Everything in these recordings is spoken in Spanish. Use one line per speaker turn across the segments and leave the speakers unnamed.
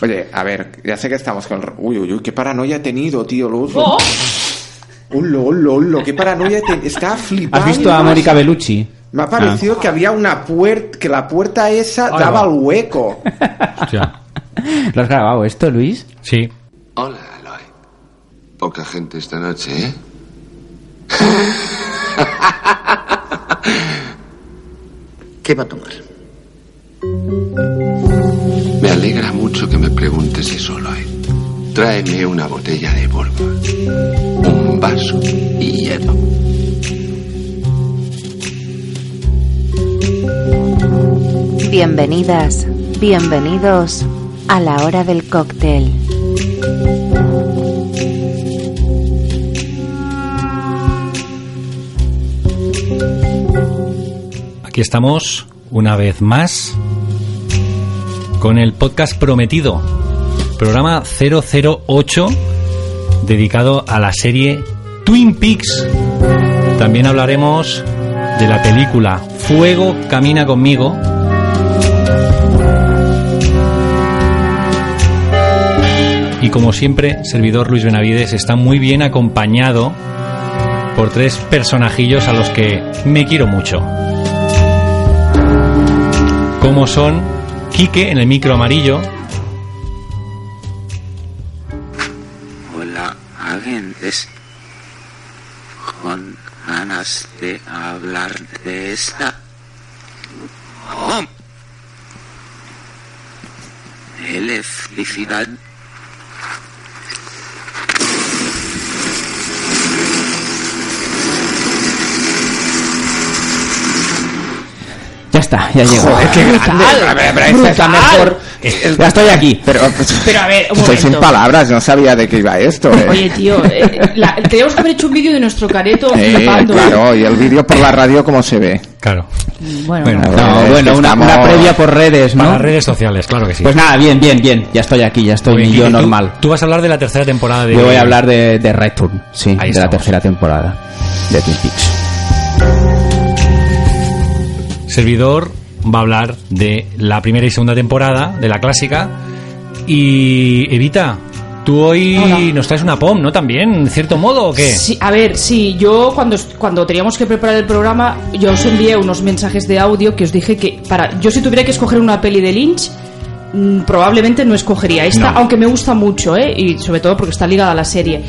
Oye, a ver, ya sé que estamos con. Uy, uy, uy, qué paranoia he tenido, tío. Luz.
¡Oh!
Ulo, ulo, ulo, qué paranoia he tenido. Está flipando.
¿Has visto a Mónica Bellucci?
Me ha parecido que había una puerta, que la puerta esa
Ahí
daba
va.
al hueco.
Hostia.
¿Lo has grabado esto, Luis?
Sí.
Hola, Aloy. Poca gente esta noche, ¿eh?
¿Qué va a tomar?
Me alegra mucho que me preguntes eso, Aloy. Tráeme una botella de bourbon, un vaso y hielo.
Bienvenidas, bienvenidos a la hora del cóctel.
Aquí estamos una vez más con el podcast prometido, programa 008 dedicado a la serie Twin Peaks. También hablaremos de la película Fuego Camina conmigo. Y como siempre, servidor Luis Benavides está muy bien acompañado por tres personajillos a los que me quiero mucho como son Quique en el micro amarillo,
Hola, alguien es con ganas de hablar de esta. Oh. Electricidad.
Ya está, ya llego.
A ver, pero este está mejor. El-
Eh, Ya estoy aquí.
Pero,
Pero a ver, un
estoy sin
momento.
palabras, no sabía de qué iba esto. eh.
Oye, tío, eh, la- teníamos que haber hecho un vídeo de nuestro careto
Eh,
flipando.
claro, y el vídeo por la radio, ¿cómo se ve?
claro,
Bueno,
A ver,
Bueno,
No,
es
bueno,
que
una,
estamos-
una previa por redes,
para
¿no?
las redes sociales, claro que sí.
Pues nada, bien, bien, bien. Ya estoy aquí, ya estoy
Muy bien,
yo
Quique, tú-
normal.
Tú, vas a hablar de la tercera temporada de.
Yo voy a hablar de, de Return, sí, de
Ahí
la
estamos.
tercera temporada de Twin Peaks.
Servidor va a hablar de la primera y segunda temporada, de la clásica. Y Evita, tú hoy
Hola.
nos traes una POM, ¿no? También, en cierto modo, ¿o qué?
Sí, a ver, sí, yo cuando, cuando teníamos que preparar el programa, yo os envié unos mensajes de audio que os dije que para yo si tuviera que escoger una peli de Lynch, mm, probablemente no escogería esta,
No.
aunque me gusta mucho, ¿eh? Y sobre todo porque está ligada a la serie.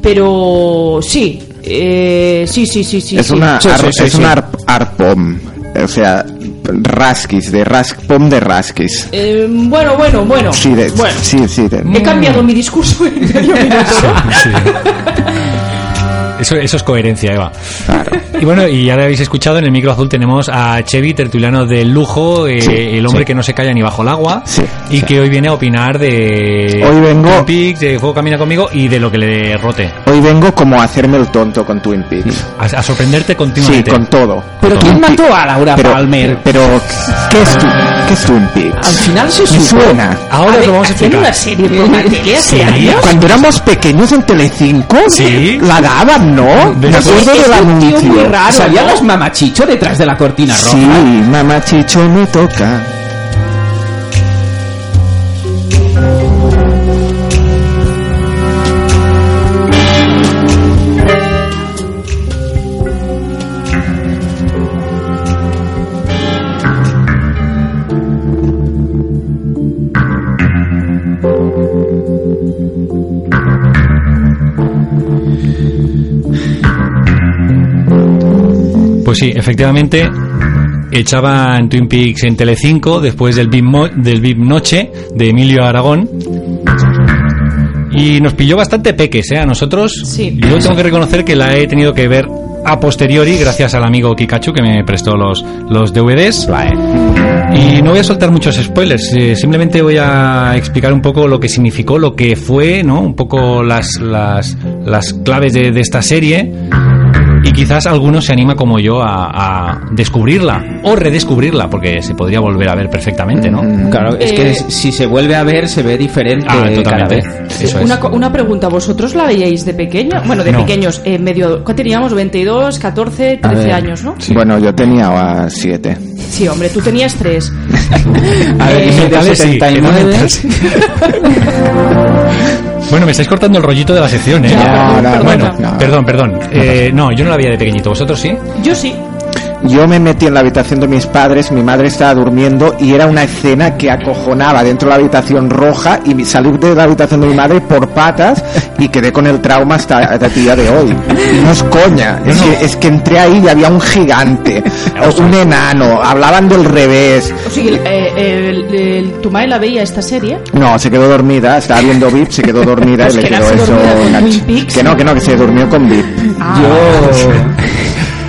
Pero sí, eh, sí, sí, sí, sí.
es
sí.
una,
Sí, sí,
ar-
sí,
es
sí.
una arp- arpom. O sea, rasquis, de ras- pom de rasquis.
Eh, bueno, bueno, bueno.
Sí, de,
bueno.
sí, sí. de-
He cambiado
Mm.
mi discurso en medio minuto, ¿no?
Sí. Eso, eso es coherencia, Eva. Y bueno, y ya lo habéis escuchado, en el micro azul tenemos a Chevy, tertuliano de lujo, eh, el hombre
sí.
que no se calla ni bajo el agua,
Sí,
y que hoy viene a opinar de
Hoy vengo-
Twin Peaks, de Juego Camina Conmigo y de lo que le derrote.
Hoy vengo como a hacerme el tonto con Twin Peaks.
A, a sorprenderte
Sí,
continuamente.
con todo.
Pero ¿quién
Twin
mató
Peaks-
a Laura
pero,
Palmer?
Pero, ¿qué es, Twin- qué es Twin Peaks?
Al final se
Me
supo.
suena.
Ahora os lo vamos a
Hacían una
explicar.
serie por la tele hace
Sí.
años.
Cuando éramos pequeños en Telecinco,
Sí.
la daban, ¿no?
De-
Me acuerdo
Es
del
un tío muy
anuncio.
raro,
¿Sabían
¿no?
los mamachicho detrás de la cortina roja?
Sí, mamá Chicho me toca.
Pues sí, efectivamente echaban Twin Peaks en Telecinco después del VIP, Mo- del VIP Noche de Emilio Aragón. Y nos pilló bastante peques, ¿eh? A nosotros.
Sí.
Yo tengo que reconocer que la he tenido que ver a posteriori gracias al amigo Kikachu que me prestó los, los DVDs. Y no voy a soltar muchos spoilers, eh, simplemente voy a explicar un poco lo que significó, lo que fue, ¿no? Un poco las, las, las claves de, de esta serie. y quizás alguno se anima como yo a, a descubrirla o redescubrirla, porque se podría volver a ver perfectamente, ¿no?
Claro, es que
Eh,
si se vuelve a ver, se ve diferente
Ah,
cada
totalmente.
vez.
Eso es.
Una, co- una pregunta, ¿vosotros la veíais de pequeño? Bueno, de
No.
pequeños, eh, medio... ¿Cuánto teníamos? 22, 14, 13
ver.
años, ¿no?
Bueno, yo tenía a siete.
Sí, hombre, tú tenías tres.
A ver,
Eh,
es el del
mentales sí,
79.
mentales. Bueno, me estáis cortando el rollito de la sección, ¿eh?
Ya,
No, no, no,
bueno,
no.
perdón, perdón. Eh, no, yo no la veía de pequeñito. ¿Vosotros sí?
Yo sí.
Yo me metí en la habitación de mis padres, mi madre estaba durmiendo y era una escena que acojonaba dentro de la habitación roja y mi- salir de la habitación de mi madre por patas y quedé con el trauma hasta hasta el día de hoy. Y No es coña, es, Que, es que entré ahí y había un gigante, un enano, hablaban del revés.
O sea, el- eh, el- el- tu madre la veía esta serie.
No, se quedó dormida, estaba viendo VIP, se quedó dormida
Pues
y le quedó
quedarse
eso.
dormida con
gacho.
Twin Peaks.
Que no, que no, que se durmió con VIP.
Ah.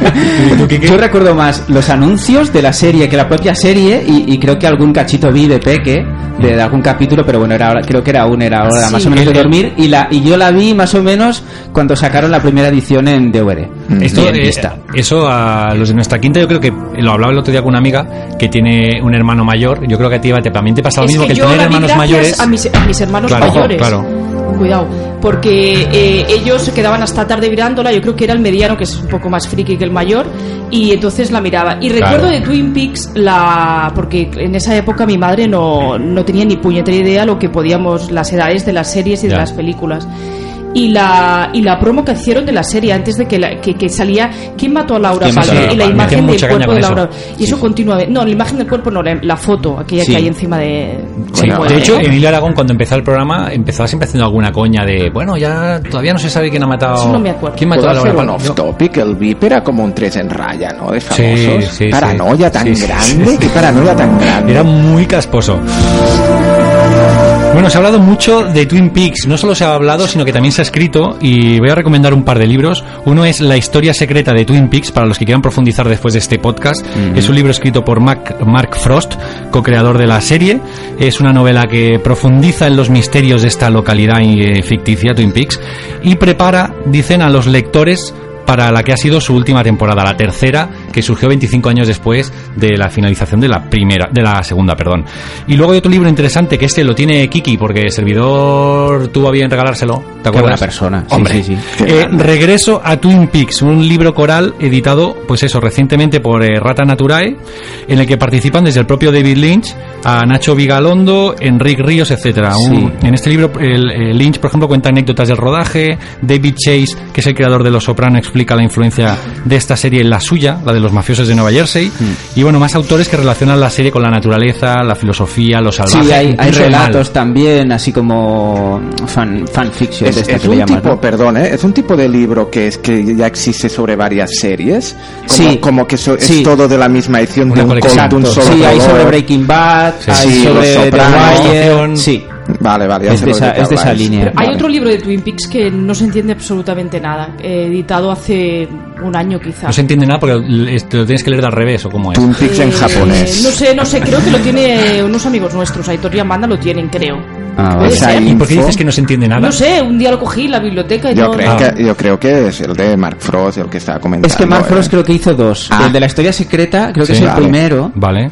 Yo, yo recuerdo más los anuncios de la serie que la propia serie y, y creo que algún cachito vi de Peque de, de algún capítulo, pero bueno, era hora- creo que era una era hora
Sí.
más o menos de
Eh,
dormir y la y yo la vi más o menos cuando sacaron la primera edición en DVD.
Mm.
Esto,
Mm, Bien
eh,
vista.
eso a los de nuestra quinta, yo creo que lo hablaba el otro día con una amiga que tiene un hermano mayor. Yo creo que a ti Eva, te- también te pasa lo
Es
mismo que, el
yo
tener
la vi
hermanos
gracias
mayores.
A mis, a mis hermanos
Claro,
mayores.
claro.
Cuidado, porque eh, ellos se quedaban hasta tarde mirándola. Yo creo que era el mediano, que es un poco más friki que el mayor, y entonces la miraba. Y recuerdo de Twin Peaks, la porque en esa época mi madre no, no tenía ni puñetera idea lo que podíamos, las edades de las series y
Ya.
de las películas. Y la, y la promo que hicieron de la serie antes de que, la- que, que salía ¿Quién mató a Laura
¿Quién mató a
Palmer?
Laura
Y la
Palmer? Metieron
imagen del
mucha caña
cuerpo de
con
Laura.
eso.
Y eso continuamente. No, la imagen del cuerpo, no, la, la foto, aquella
Sí.
que hay encima de.
Sí,
Bueno,
de
eh,
hecho, Emilio Aragón, cuando empezó el programa, empezaba siempre haciendo alguna coña de, bueno, ya todavía no se sabe quién ha matado.
Eso no me acuerdo.
¿Quién mató a
Pues
¿Puedo
Laura
Pues hacer un
Palmer?
off
Yo-
topic? El VIP era como un 3 en raya, ¿no? De famosos.
Sí, sí,
paranoia
sí.
tan
Sí, sí,
grande,
sí.
qué paranoia tan grande.
Era muy casposo. Bueno, se ha hablado mucho de Twin Peaks. No solo se ha hablado, sino que también se ha escrito. Y voy a recomendar un par de libros. Uno es La historia secreta de Twin Peaks, para los que quieran profundizar después de este podcast. Es un libro escrito por Mac- Mark Frost, co-creador de la serie. Es una novela que profundiza en los misterios de esta localidad eh, ficticia, Twin Peaks. Y prepara, dicen, a los lectores para la que ha sido su última temporada, la tercera, que surgió 25 años después de la finalización de la primera, de la segunda, perdón. Y luego hay otro libro interesante que este lo tiene Kiki porque el servidor tuvo a bien regalárselo,
Qué buena
¿te acuerdas?
persona. Sí,
Hombre,
sí, sí.
eh, Regreso a Twin Peaks, un libro coral editado, pues eso, recientemente por eh, Rata Naturae, en el que participan desde el propio David Lynch a Nacho Vigalondo, Enrique Ríos, etcétera. Un- En este libro, el, eh, Lynch, por ejemplo, cuenta anécdotas del rodaje. David Chase, que es el creador de Los Soprano, explica la influencia de esta serie en la suya, la de los mafiosos de Nueva Jersey.
Mm.
Y bueno, más autores que relacionan la serie con la naturaleza, la filosofía, los
Sí,
salvajes.
hay, hay
incluso el mal.
relatos también, así como fan, fanfiction
Es,
de esta
es
este que le
un
llaman,
tipo,
¿no?
perdón, ¿eh? es un tipo de libro que es que ya existe sobre varias series, como,
Sí.
como que so- es
Sí.
todo de la misma edición de
Una
un,
colección.
cómic, de un
Exacto.
solo
Sí, hay
color.
sobre Breaking Bad,
Sí.
hay
Sí, Los
sobre The
Sopranos.
Wire. Sí.
Vale, vale, ya
Es
sé
de
lo que
esa-
te
es de esa
habláis.
línea.
Hay
Vale.
otro libro de Twin Peaks que no se entiende absolutamente nada, eh, editado hace un año quizás.
No se entiende nada porque l- este, lo tienes que leer de al revés o cómo es.
Twin Peaks en japonés.
Eh, No sé, no sé, creo que lo tiene unos amigos nuestros, Aitor y Amanda lo tienen, creo.
Ah,
Puede
vale.
Esa
ser.
¿Y por qué
info-
dices que no se entiende nada?
No sé, un día lo cogí en la biblioteca y
yo,
no-
creo
Ah.
que, yo creo que es el de Mark Frost el que estaba comentando.
Es que Mark
¿eh?
Frost creo que hizo dos.
Ah.
El de la historia secreta, creo que
Sí.
es el
Vale.
primero.
Vale.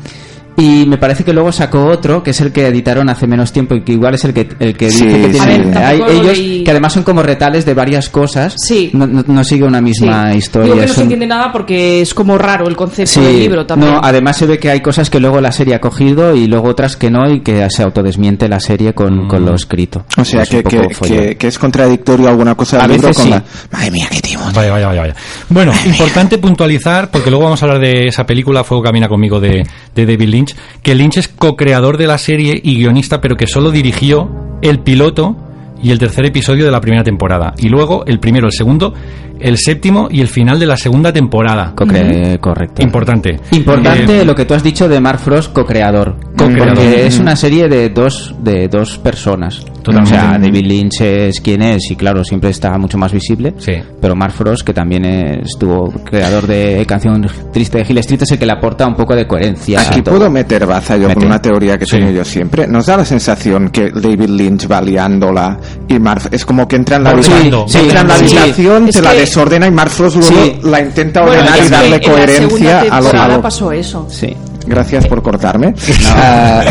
Y me parece que luego sacó otro, que es el que editaron hace menos tiempo y que igual es el que, el que
Sí,
dice que
sí.
tiene-
A ver,
tampoco
hay
lo
ellos
leí.
que además son como retales de varias cosas.
Sí.
No, no- no sigue una
Sí.
misma historia.
Digo que no se
son-
entiende nada porque es como raro el concepto
Sí,
del libro también.
no, además se ve que hay cosas que luego la serie ha cogido y luego otras que no y que se autodesmiente la serie con, con lo escrito.
Mm. O sea,
Es un
que,
poco
que,
follón.
que- que es contradictorio alguna cosa del
A
libro
veces
con
sí.
la... Madre mía, qué timón.
Vaya, vaya, vaya, vaya. Bueno, importante puntualizar, porque luego vamos a hablar de esa película, Fuego Camina conmigo, de, de David Lynch, que Lynch es co-creador de la serie y guionista, pero que solo dirigió el piloto y el tercer episodio de la primera temporada. Y luego el primero, el segundo, el séptimo y el final de la segunda temporada.
Cocre- Correcto.
Importante.
Importante
Eh, Mm,
lo que tú has dicho de Mark Frost, co-creador.
Co-creador.
Porque es una serie de dos, de dos personas.
Totalmente.
O sea, David Lynch es quien es y claro, siempre está mucho más visible.
Sí.
Pero Mark Frost, que también estuvo creador de Canción Triste de Hill Street, es el que le aporta un poco de coherencia.
Aquí
a todo.
Ah, puedo meter baza yo
Mete.
con una teoría que he
Sí.
tenido yo siempre. Nos da la sensación que David Lynch va liándola y y Marth es como que entra en la,
Sí,
habitación,
sí,
entra en la
sí.
habitación,
Es
te la
que-
desordena y Marth luego
Sí.
la intenta
Bueno,
ordenar y
es que
darle
en la segunda
coherencia a lo, a
temporada
lo-
pasó eso.
Sí.
Gracias por cortarme. Ah,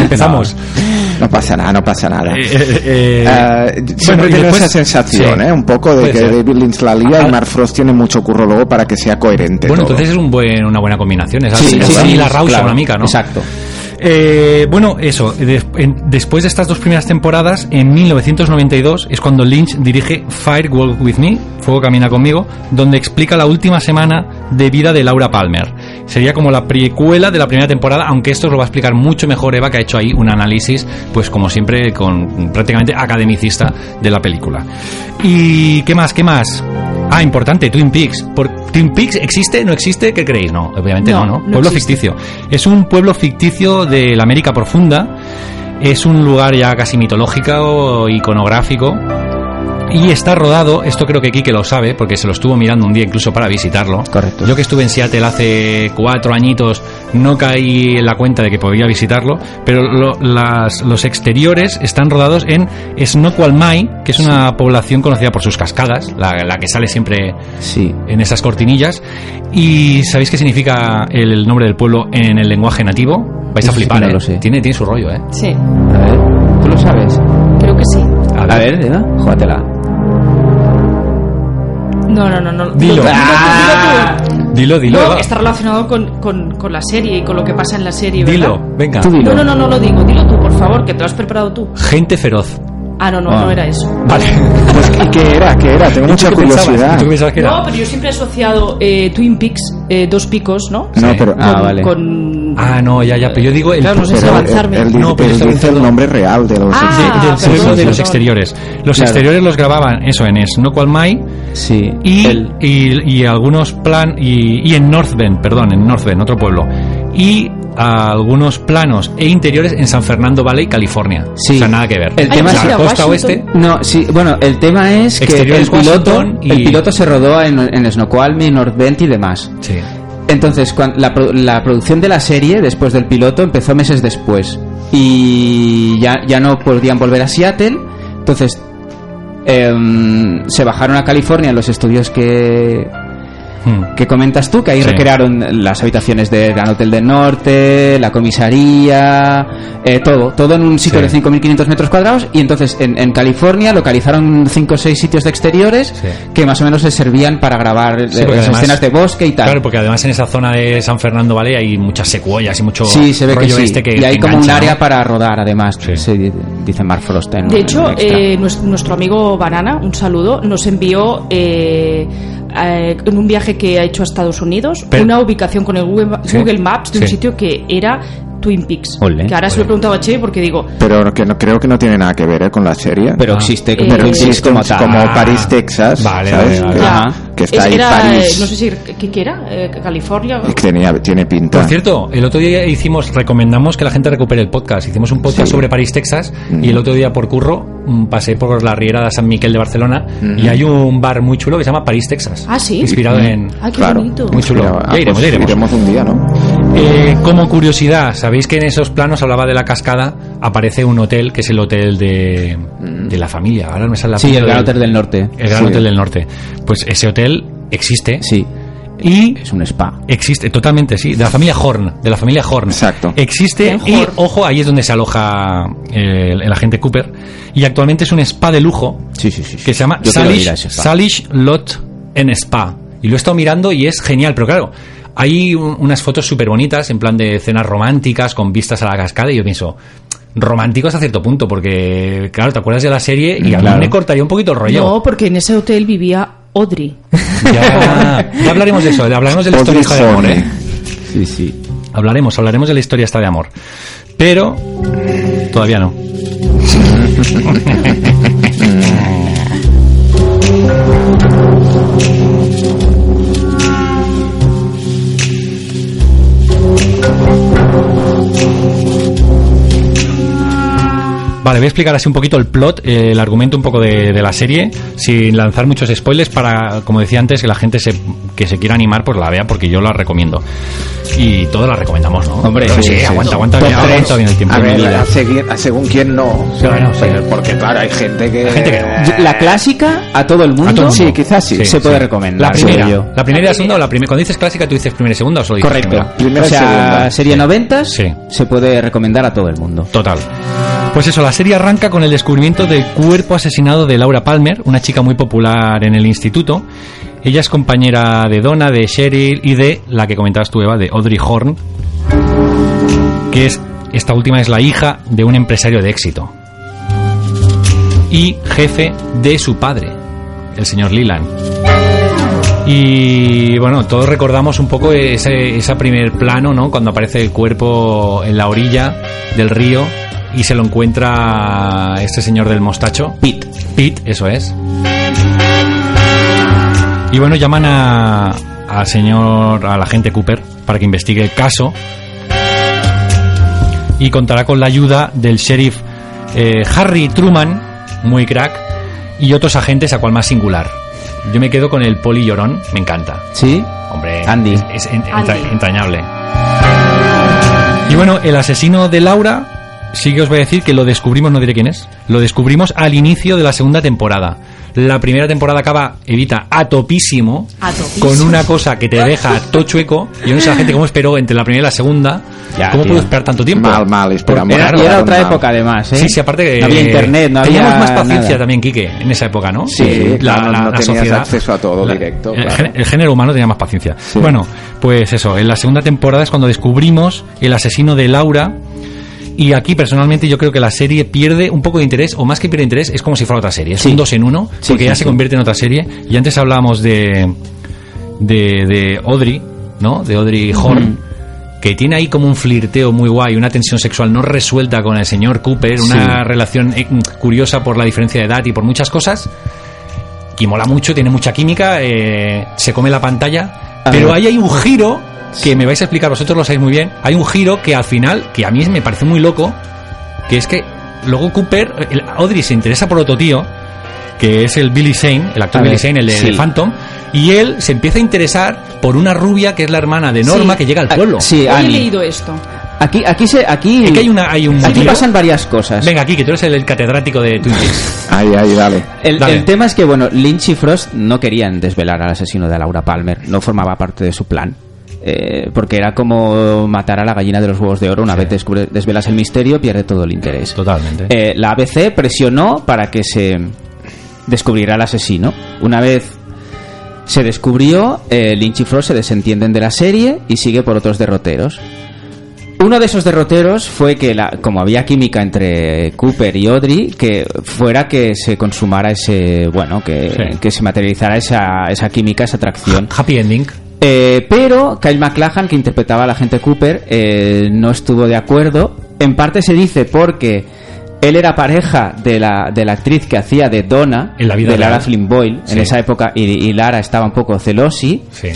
empezamos.
no pasa nada, no pasa nada.
Eh, eh, eh,
Ah,
bueno,
siempre
y
he tenido
después-
esa sensación,
sí.
¿eh? Un poco de
Puede
que
ser.
David Lynch la lía
Ahora-
y Mark Frost tiene mucho curro luego para que sea coherente
Bueno,
todo.
entonces es un buen, una buena combinación. Es
Sí,
así,
sí,
así
sí,
la Rausa,
claro,
una mica, ¿no?
Exacto.
Eh, bueno, eso. des- en- después de estas dos primeras temporadas, en 1992 es cuando Lynch dirige Fire Walk With Me, Fuego Camina Conmigo, donde explica la última semana de vida de Laura Palmer. Sería como la precuela de la primera temporada, aunque esto os lo va a explicar mucho mejor Eva, que ha hecho ahí un análisis, pues como siempre, con prácticamente academicista de la película. ¿Y qué más? ¿Qué más? Ah, importante, Twin Peaks. Por, ¿Twin Peaks existe? ¿No existe? ¿Qué creéis? No, obviamente no,
No,
¿no?
no
Pueblo
existe.
ficticio. Es un pueblo ficticio de la América profunda. Es un lugar ya casi mitológico, o iconográfico. Y está rodado, esto creo que Quique lo sabe, porque se lo estuvo mirando un día incluso para visitarlo.
Correcto.
Yo que estuve en Seattle hace cuatro añitos, no caí en la cuenta de que podía visitarlo, pero lo- las- los exteriores están rodados en Snoqualmie, que es una población conocida por sus cascadas, la, la que sale siempre
Sí.
en esas cortinillas. ¿Y sabéis qué significa el nombre del pueblo en el lenguaje nativo? Vais a
Eso sí que
flipar,
no
¿eh?
lo sé.
Tiene, tiene su rollo, ¿eh?
Sí,
A ver, ¿Tú lo sabes?
creo que sí.
A
A ver, Eva, júgatela.
No, no, no, no.
Dilo.
Dilo tú, dilo tú, dilo tú.
Dilo, dilo.
No,
Eva.
está relacionado con, con, con la serie y con lo que pasa en la serie, ¿verdad?
Dilo, venga.
Tú dilo.
No, no, no, no lo digo. Dilo tú, por favor, que te lo has preparado tú.
Gente feroz.
Ah, no, no,
Ah.
no era eso.
Vale.
Pues, ¿y qué era? ¿Qué era? Tengo mucha
¿Tú qué pensabas?
curiosidad.
¿Tú qué pensabas que era?
No, pues, pero yo siempre he asociado eh, Twin Peaks, eh, dos picos, ¿no?
No, pero...
Ah,
con,
vale.
con-
Ah, no, ya, ya, pero yo digo el
Claro, no sé si
pero
avanzarme.
él- él dice-
No, pero
él dice
está
el
avanzando.
nombre real de los...
Ah,
de- del
perdón,
pueblo de los
perdón.
exteriores. Los
Claro.
exteriores los grababan, eso, en Snoqualmie
Sí.
y,
El-
y, y algunos plan y, y en North Bend, perdón, en North Bend, otro pueblo. Y ah, algunos planos e interiores en San Fernando Valley, California.
Sí.
O sea, nada que ver.
El tema
O
es
sea,
ir
la
a
costa
Washington.
oeste.
No, sí, bueno, el tema es que
Exterior es
el piloto,
Washington y-
el piloto se rodó en, en Snoqualmie, North Bend y demás.
Sí.
Entonces, cuan- la, pro- la producción de la serie, después del piloto, empezó meses después. Y ya, ya no podían volver a Seattle. Entonces, em, se bajaron a California en los estudios que,
Hmm.
que comentas tú, que ahí
Sí.
recrearon las habitaciones del Gran Hotel del Norte, la comisaría, eh, todo, todo en un sitio
Sí.
de 5.500 metros cuadrados. Y entonces en, en California localizaron 5 o 6 sitios de exteriores
Sí.
que más o menos les servían para grabar
Sí,
eh,
porque
las
además-
escenas de bosque y tal.
Claro, porque además en esa zona de San Fernando Valley hay muchas secuoyas y mucho
Sí, se ve que
rollo
sí.
este que
y hay
que
como un
engancha,
área
¿no?
para rodar, además.
Sí.
se di- dice Mark Frost. en-
De hecho,
en el extra.
eh, nues- nuestro amigo Banana, un saludo, nos envió eh, eh, en un viaje que ha hecho a Estados Unidos
Pero-
una ubicación con el Google, Ma-
Sí.
Google Maps de un
Sí.
sitio que era Twin Peaks.
Ole,
que ahora se lo
ole.
he preguntado a Chevy porque digo,
Pero que no, creo que no tiene nada que ver ¿eh? con la serie. Eh,
pero
Ah.
existe,
Pero
pero
eh, existe
existe como tal.
como
Ah.
París, Texas.
Vale,
¿sabes?
vale, vale.
Que-
Ajá.
Que está
es-
ahí
era, eh,
París.
no sé si, ¿qué, qué era? Eh, ¿California?
Y que tenía- tiene pinta.
Por cierto, el otro día hicimos, recomendamos que la gente recupere el podcast. Hicimos un podcast
Sí.
sobre París, Texas,
Mm.
y el otro día por curro mm, pasé por la Riera de San Miquel de Barcelona y
Mm.
hay un bar muy chulo que se llama París, Texas.
Ah, ¿sí?
Inspirado en.
Ay, qué
Claro.
bonito.
Muy chulo.
Mira, ah,
Ya iremos,
pues
ya iremos.
un día, ¿no?
Eh, como curiosidad, sabéis que en esos planos hablaba de la cascada, aparece un hotel que es el hotel de, de la familia. Ahora no me sale la
Mm. Ah, Sí,
pinta
el Gran
del-
Hotel del Norte.
el Gran
Sí.
Hotel del Norte. Pues ese hotel existe
Sí,
y
es un spa.
Existe, totalmente, sí, de la familia Horn, de la familia Horn.
Exacto.
Existe
Bien,
y,
Horn.
ojo, ahí es donde se aloja eh, el, el agente Cooper. Y actualmente es un spa de lujo
Sí, sí, sí. sí.
que se llama
Yo quiero ir
Salish,
a ese spa.
Salish Lot en Spa. Y lo he estado mirando y es genial, pero claro, hay un- unas fotos súper bonitas, en plan de cenas románticas, con vistas a la cascada, y yo pienso, románticos a cierto punto, porque, claro, te acuerdas de la serie y a
Claro.
mí me cortaría un poquito el rollo.
No, porque en ese hotel vivía Audrey.
Ya, ya hablaremos de eso, hablaremos de la
Audrey
historia hija de amor,
Horn.
¿eh?
Sí, sí.
Hablaremos, hablaremos de la historia esta de amor. Pero todavía no. Vale, voy a explicar así un poquito el plot, eh, el argumento un poco de, de la serie, sin lanzar muchos spoilers para, como decía antes, que la gente se, que se quiera animar, pues la vea, porque yo la recomiendo. Y todos la recomendamos, ¿no?
Hombre,
sí,
sí, sí.
aguanta, aguanta, bien,
Entonces,
aguanta bien el tiempo.
A ver,
Mira.
a seguir- a según quién no.
bueno, sí.
Porque claro, hay gente que...
gente que no.
La clásica a todo el mundo.
A todo el mundo.
Sí, quizás sí.
Sí,
se puede
sí.
recomendar.
La primera,
creo yo.
la primera y la segunda, o la primera. Cuando dices clásica, tú dices primera y segunda o solo dices
Correcto.
primera?
Primera
o
y segunda.
sea, serie 90
Sí.
se puede recomendar a todo el mundo.
Total. Pues eso, la serie arranca con el descubrimiento del cuerpo asesinado de Laura Palmer, una chica muy popular en el instituto. Ella es compañera de Donna, de Cheryl y de la que comentabas tú, Eva, de Audrey Horn, que es esta última es la hija de un empresario de éxito y jefe de su padre, el señor Leland. Y bueno, todos recordamos un poco ese, ese primer plano, ¿no? Cuando aparece el cuerpo en la orilla del río y se lo encuentra este señor del mostacho. Pete. Pete, eso es. Y bueno, llaman a, al señor, al agente Cooper, para que investigue el caso. Y contará con la ayuda del sheriff eh, Harry Truman, muy crack, y otros agentes, a cual más singular. Yo me quedo con el poli llorón, me encanta.
¿Sí?
Hombre,
Andy.
es, es en- entra-
Andy.
entrañable. Y bueno, el asesino de Laura, sí que os voy a decir que lo descubrimos, no diré quién es, lo descubrimos al inicio de la segunda temporada. La primera temporada acaba, Evita, a topísimo,
A topísimo.
con una cosa que te deja todo chueco. Yo no sé la gente cómo esperó entre la primera y la segunda.
Ya,
¿Cómo
tío.
pudo esperar tanto tiempo?
Mal, mal, esperamos.
Era,
Claro,
y era
claro,
otra
no.
época además, ¿eh?
Sí, sí, aparte que...
No había internet, no había
Teníamos más paciencia
nada.
también, Quique, en esa época, ¿no? Eh,
Sí, claro, no tenías acceso a todo directo,
El,
claro.
género- el género humano tenía más paciencia. Bueno, pues eso, en la segunda temporada es cuando descubrimos el asesino de Laura. Y aquí, personalmente, yo creo que la serie pierde un poco de interés, o más que pierde interés, es como si fuera otra serie. Es
Sí.
un dos en uno,
Sí,
porque
sí,
ya
sí.
se convierte en otra serie. Y antes hablábamos de, de, de Audrey, ¿no? De Audrey Horn, que tiene ahí como un flirteo muy guay, una tensión sexual no resuelta con el señor Cooper, una relación eh, curiosa por la diferencia de edad y por muchas cosas, que mola mucho, tiene mucha química, eh, se come la pantalla,
A
pero
ver.
ahí hay un giro que me vais a explicar, vosotros lo sabéis muy bien, hay un giro que al final, que a mí me parece muy loco, que es que luego Cooper, el- Audrey se interesa por otro tío, que es el Billy Zane, el actor
A ver,
Billy Zane, el de,
sí.
de Phantom, y él se empieza a interesar por una rubia que es la hermana de Norma
Sí.
que llega al
Ah,
pueblo.
sí,
Hoy he
Ani.
leído esto.
Aquí, aquí se, aquí,
Es que hay una- hay un
aquí
motivo.
pasan varias cosas.
Venga, aquí, que tú eres el, el catedrático de Twin Peaks.
Ahí, ahí, dale.
El,
Dale.
el tema es que, bueno, Lynch y Frost no querían desvelar al asesino de Laura Palmer, no formaba parte de su plan. Eh, porque era como matar a la gallina de los huevos de oro, una vez descubre- desvelas el misterio, pierde todo el interés.
Totalmente.
Eh, la ABC presionó para que se descubriera al asesino. Una vez se descubrió, eh, Lynch y Frost se desentienden de la serie y sigue por otros derroteros. Uno de esos derroteros fue que, la, como había química entre Cooper y Audrey, que fuera que se consumara ese, bueno, que,
Sí.
que se materializara esa, esa química, esa atracción.
Happy ending.
Eh, pero Kyle MacLachlan, que interpretaba al agente Cooper, eh, no estuvo de acuerdo. En parte se dice porque él era pareja de la, de la actriz que hacía de Donna,
En la vida
de Lara
real.
Flynn Boyle,
Sí.
en esa época, y, y Lara estaba un poco celosi.
Sí.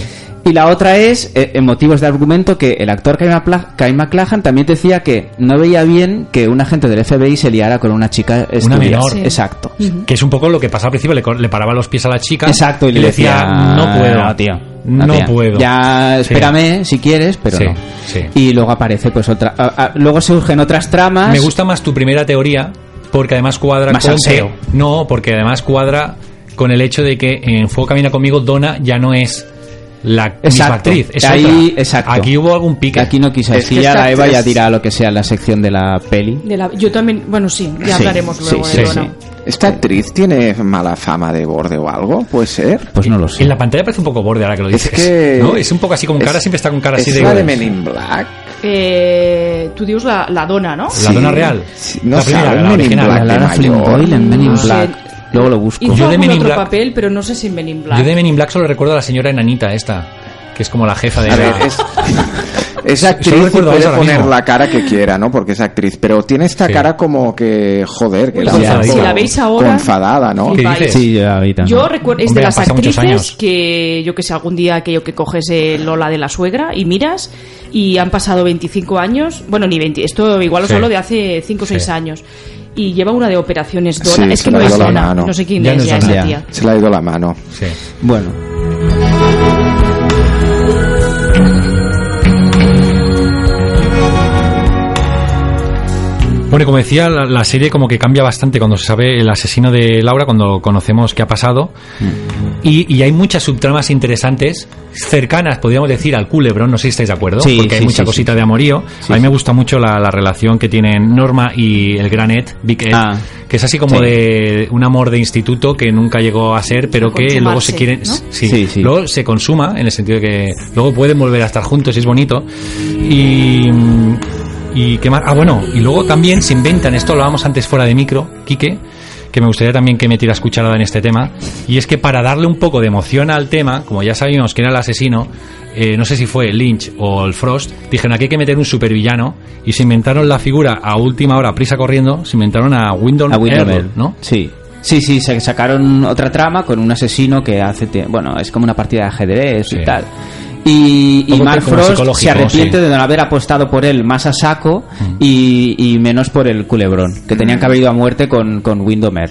Y la otra es, eh, en motivos de argumento, que el actor Kyle Macla- Kyle MacLachlan también decía que no veía bien que un agente del FBI se liara con una chica estudiante.
menor. Sí.
Exacto.
Que es un poco lo que pasaba al principio, le, co- le paraba los pies a la chica.
Exacto, y le decía,
no puedo.
No, tío.
No,
tía.
puedo.
Ya,
Sí.
espérame si quieres, pero
Sí,
no.
sí.
Y luego aparece, pues, otra. a- a- luego surgen otras tramas.
Me gusta más tu primera teoría, porque además cuadra
Más
con
salseo.
que- no, porque además cuadra con el hecho de que en Fuego Camina Conmigo Donna ya no es la misma
Exacto.
actriz. Es
Ahí-
otra.
exacto.
Aquí hubo algún pique.
Aquí no quise.
Es
Es que
que
ya
esta
la Eva ya
actriz-
dirá lo que sea en la sección de la peli.
De la- yo también, bueno, sí, ya
Sí,
hablaremos
sí,
luego
sí,
de
sí.
Donna.
¿Esta actriz tiene mala fama de borde o algo? ¿Puede ser?
Pues no lo sé.
En la pantalla parece un poco borde ahora que lo
Es
dices.
que...
¿no? Es un poco así con cara,
es-
siempre está con cara así
¿Es
de.
la de Men in Black?
Eh, tú dios la, la Dona, ¿no?
La dona real.
Sí, no
La primera,
saben
la
Men in
original.
Black de
Lara Flynn
mayor.
Boyle en Men in
No sé.
Black. Luego lo busco.
Hizo
Yo de
algún
Men in
otro
Black-
papel, pero no sé si en Men in Black.
Yo de Men in Black solo recuerdo a la señora enanita esta, que es como la jefa de.
A ver, es, esa
Solo
actriz
recuerdo
puede
eso ahora
poner
mismo.
la cara que quiera, ¿no? Porque es actriz, pero tiene esta
Sí.
cara como que, joder, que
Uy,
está un
ya,
poco
si la
pues veis ahora-
confadada, ¿no?
¿Qué
Flipáis.
dices?
Sí, ya, ahí también.
Yo recuerdo, es
Hombre,
de
ha
las
pasado muchos
actrices
años.
que, yo que sé, algún día aquello que coges el Lola de la suegra y miras y han pasado 25 años, bueno, ni 20, esto igual os
Sí.
hablo de hace 5 o 6
Sí.
años. y lleva una de operaciones Dona.
Sí,
es
se
que
la
no es
dio la
Dona,
mano.
no sé quién
Ya
es
no es
ya
Dona.
esa
Ya.
tía.
Se le ha ido la mano.
Sí.
Bueno,
Bueno, y como decía, la, la serie como que cambia bastante cuando se sabe el asesino de Laura, cuando conocemos qué ha pasado.
Mm.
Y, y hay muchas subtramas interesantes, cercanas, podríamos decir, al culebrón, no sé si estáis de acuerdo,
Sí,
porque hay
sí,
mucha
sí,
cosita de amorío.
Sí,
A mí me
sí.
gusta mucho la, la relación que tienen Norma y el gran Ed, Big Ed,
Ah.
que es así como
Sí.
de un amor de instituto que nunca llegó a ser, pero que luego se
Consumarse,
quieren...
¿no?
Sí,
Sí, sí.
luego se consuma en el sentido de que luego pueden volver a estar juntos y es bonito. Y. mm, Y qué más. Ah, bueno, y luego también se inventan, esto lo hablábamos antes fuera de micro, Quique, que me gustaría también que metieras cucharada en este tema. Y es que para darle un poco de emoción al tema, como ya sabíamos quién era el asesino, eh, no sé si fue Lynch o el Frost, dijeron aquí hay que meter un supervillano y se inventaron la figura a última hora, prisa corriendo, se inventaron a Windom
a Windover,
Earl, ¿no?
Sí. Sí, sí, se sacaron otra trama con un asesino que hace. tie- Bueno, es como una partida de ajedrez
Sí.
y tal. Y, y
Como-
Mark
como
Frost
psicológico,
se arrepiente
sí.
de no haber apostado por él más a saco y, y menos por el culebrón, que tenían que haber ido a muerte con, con Windomer.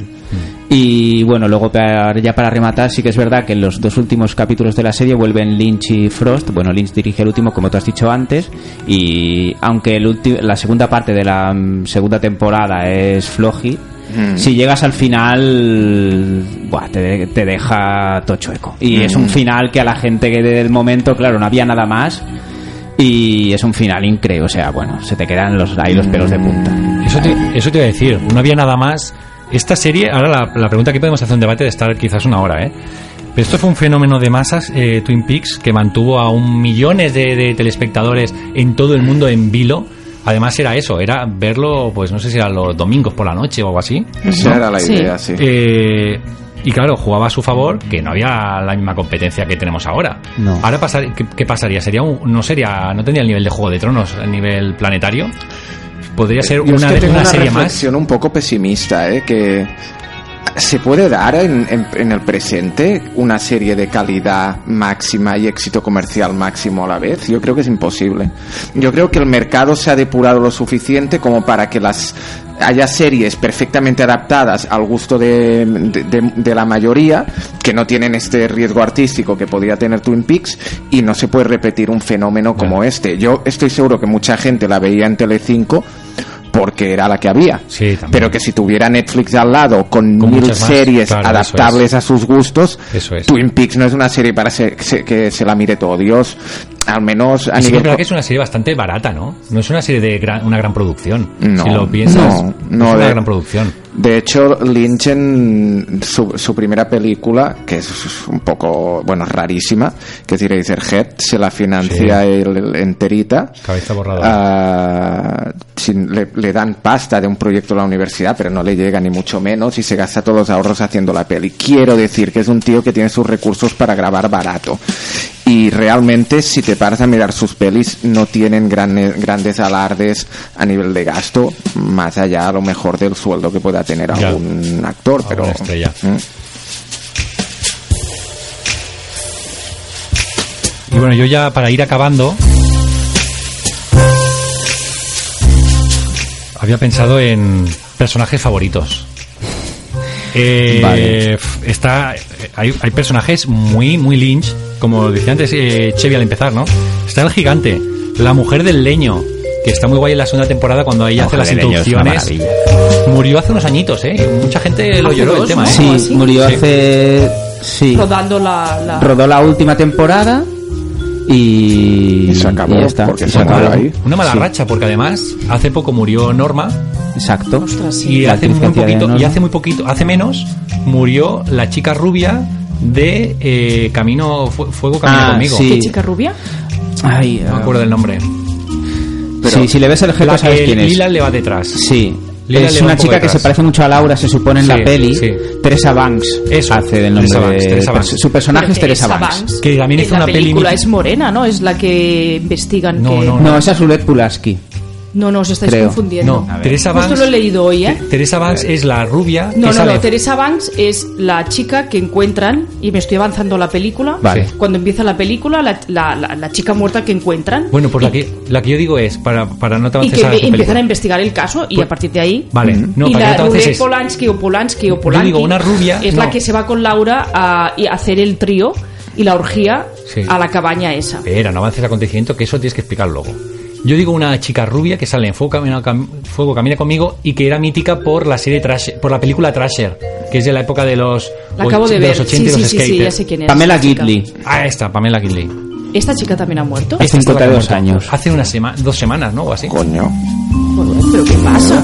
Y bueno, luego para- ya para rematar, sí que es verdad que en los dos últimos capítulos de la serie vuelven Lynch y Frost. Bueno, Lynch dirige el último, como tú has dicho antes, y aunque el ulti- la segunda parte de la mm, segunda temporada es floji, si llegas al final, buah, te, de- te deja todo chueco. Y es un final que a la gente que del momento, claro, no había nada más. Y es un final increíble, o sea, bueno, se te quedan los, ahí los pelos de punta.
Eso te, eso te iba a decir, no había nada más. Esta serie, ahora la, la pregunta que podemos hacer un debate de estar quizás una hora, ¿eh? Pero esto fue un fenómeno de masas, eh, Twin Peaks, que mantuvo a un millones de, de telespectadores en todo el mundo en vilo. Además era eso, era verlo, pues no sé si era los domingos por la noche o algo así.
Esa era la
Sí.
idea, sí.
Eh, y claro, jugaba a su favor, que no había la misma competencia que tenemos ahora.
No.
Ahora pasar, ¿qué, qué pasaría? Sería un- no sería, no tendría el nivel de Juego de Tronos a nivel planetario. Podría ser
Eh, Yo es
una,
que
de-
tengo
una
una
serie más.
reflexión un poco pesimista, ¿eh? que se puede dar en, en- en el presente una serie de calidad máxima y éxito comercial máximo a la vez. Yo creo que es imposible. Yo creo que el mercado se ha depurado lo suficiente como para que las haya series perfectamente adaptadas al gusto de, de- de- de la mayoría que no tienen este riesgo artístico que podría tener Twin Peaks y no se puede repetir un fenómeno como este. Yo estoy seguro que mucha gente la veía en Telecinco porque era la que había.
Sí, también.
Pero que si tuviera Netflix al lado con,
Con
mil
muchas más,
series
claro,
adaptables a sus gustos,
Eso es.
Twin Peaks no es una serie para se- que se- que se la mire todo Dios. Al menos a
Y sí que es
nivel.
verdad que es una serie bastante barata, ¿no? No es una serie de gran- una gran producción.
No,
si lo piensas,
no, no,
es una
de-
gran producción.
De hecho, Lynch en su, su primera película, que es un poco, bueno, rarísima, que es Eraserhead, se la financia él enterita.
Cabeza borrada.
Ah, sin- le, le dan pasta de un proyecto a la universidad, pero no le llega ni mucho menos y se gasta todos los ahorros haciendo la peli. Quiero decir que es un tío que tiene sus recursos para grabar barato. Y realmente, si te paras a mirar sus pelis, no tienen gran- grandes alardes a nivel de gasto, más allá a lo mejor del sueldo que pueda tener
Ya.
algún actor. Pero,
Alguna estrella.
Mm.
Y bueno, yo ya para ir acabando. Había pensado en personajes favoritos. Eh,
Vale.
f- Está, eh, hay, hay personajes muy, muy Lynch, como decía antes eh, Chevy al empezar, ¿no? Está el gigante, la mujer del leño, que está muy guay en la segunda temporada cuando ella hace
Ojo,
las
de leño, es una
introducciones. Murió hace unos añitos, ¿eh? Mucha gente lo
Hace
lloró el
dos,
tema,
¿no?
¿eh?
¿Algo
Sí,
así?
murió
Sí.
hace. Sí.
Rodando la, la-
rodó la última temporada y,
Y se acabó,
y ya está.
porque
Y
se acabó ahí.
Una mala
Sí,
racha, porque además hace poco murió Norma,
Exacto.
Ostras, sí.
y
La
hace muy
actriz que hacía de
poquito y
Norma.
hace muy poquito hace menos murió la chica rubia de eh, camino Fu- fuego camina
Ah,
conmigo
sí.
¿Qué chica rubia?
Ay,
no
ah.
me acuerdo el nombre
Pero-
sí, si le ves el
la
jefe sabes
que
quién es.
Lila le va detrás
Sí.
Lila le
es
va
una
un poco
chica que
detrás.
se parece mucho a Laura, se supone en
Sí,
la peli.
sí.
Teresa Banks
Eso,
hace del nombre
Teresa Banks,
de-
Teresa Banks.
Su personaje
Pero
es Teresa Banks.
Que también
en
hizo
la
una peli
película
mítica.
es morena, ¿no? Es la que investigan
No,
que...
no,
No, esa es Ulet Pulaski.
No, no, os estáis
Creo.
confundiendo.
No, Teresa
Justo
Banks-
lo he leído hoy, ¿eh?
Teresa Banks es la rubia que
No, no,
sale.
no. Teresa Banks es la chica que encuentran, y me estoy avanzando la película.
Vale.
Cuando empieza la película, la, la- la- la chica muerta que encuentran.
Bueno, pues la que, la que yo digo es, para, para no te
y
avances
que
a la
empiezan
película.
a investigar el caso y
Pues-
a partir de ahí.
Vale, no,
y
para que
la
no te avances
Rubén
es-
Polanski o Polanski o
Yo
Polanski
digo, una rubia,
es
no.
la que se va con Laura a, y a hacer el trío y la orgía
Sí. Eh,
a la cabaña esa.
Espera, no avances el acontecimiento, que eso tienes que explicar luego. Yo digo una chica rubia que sale en Fuego Camina, Cam- Fuego Camina conmigo y que era mítica por la serie Trasher, por la película Trasher, que es de la época de los,
La acabo
och-
de ver.
los 80
sí,
y
sí,
los
sí, sí, ya
skaters.
sé quién es.
Pamela
esta chica.
Gidley.
ah, esta, Pamela Gidley.
¿Esta chica también ha muerto?
Hace
Esta estaba
52
muerta.
años.
Hace una semana, dos semanas, ¿no? O así.
Coño.
Joder, ¿Pero qué pasa?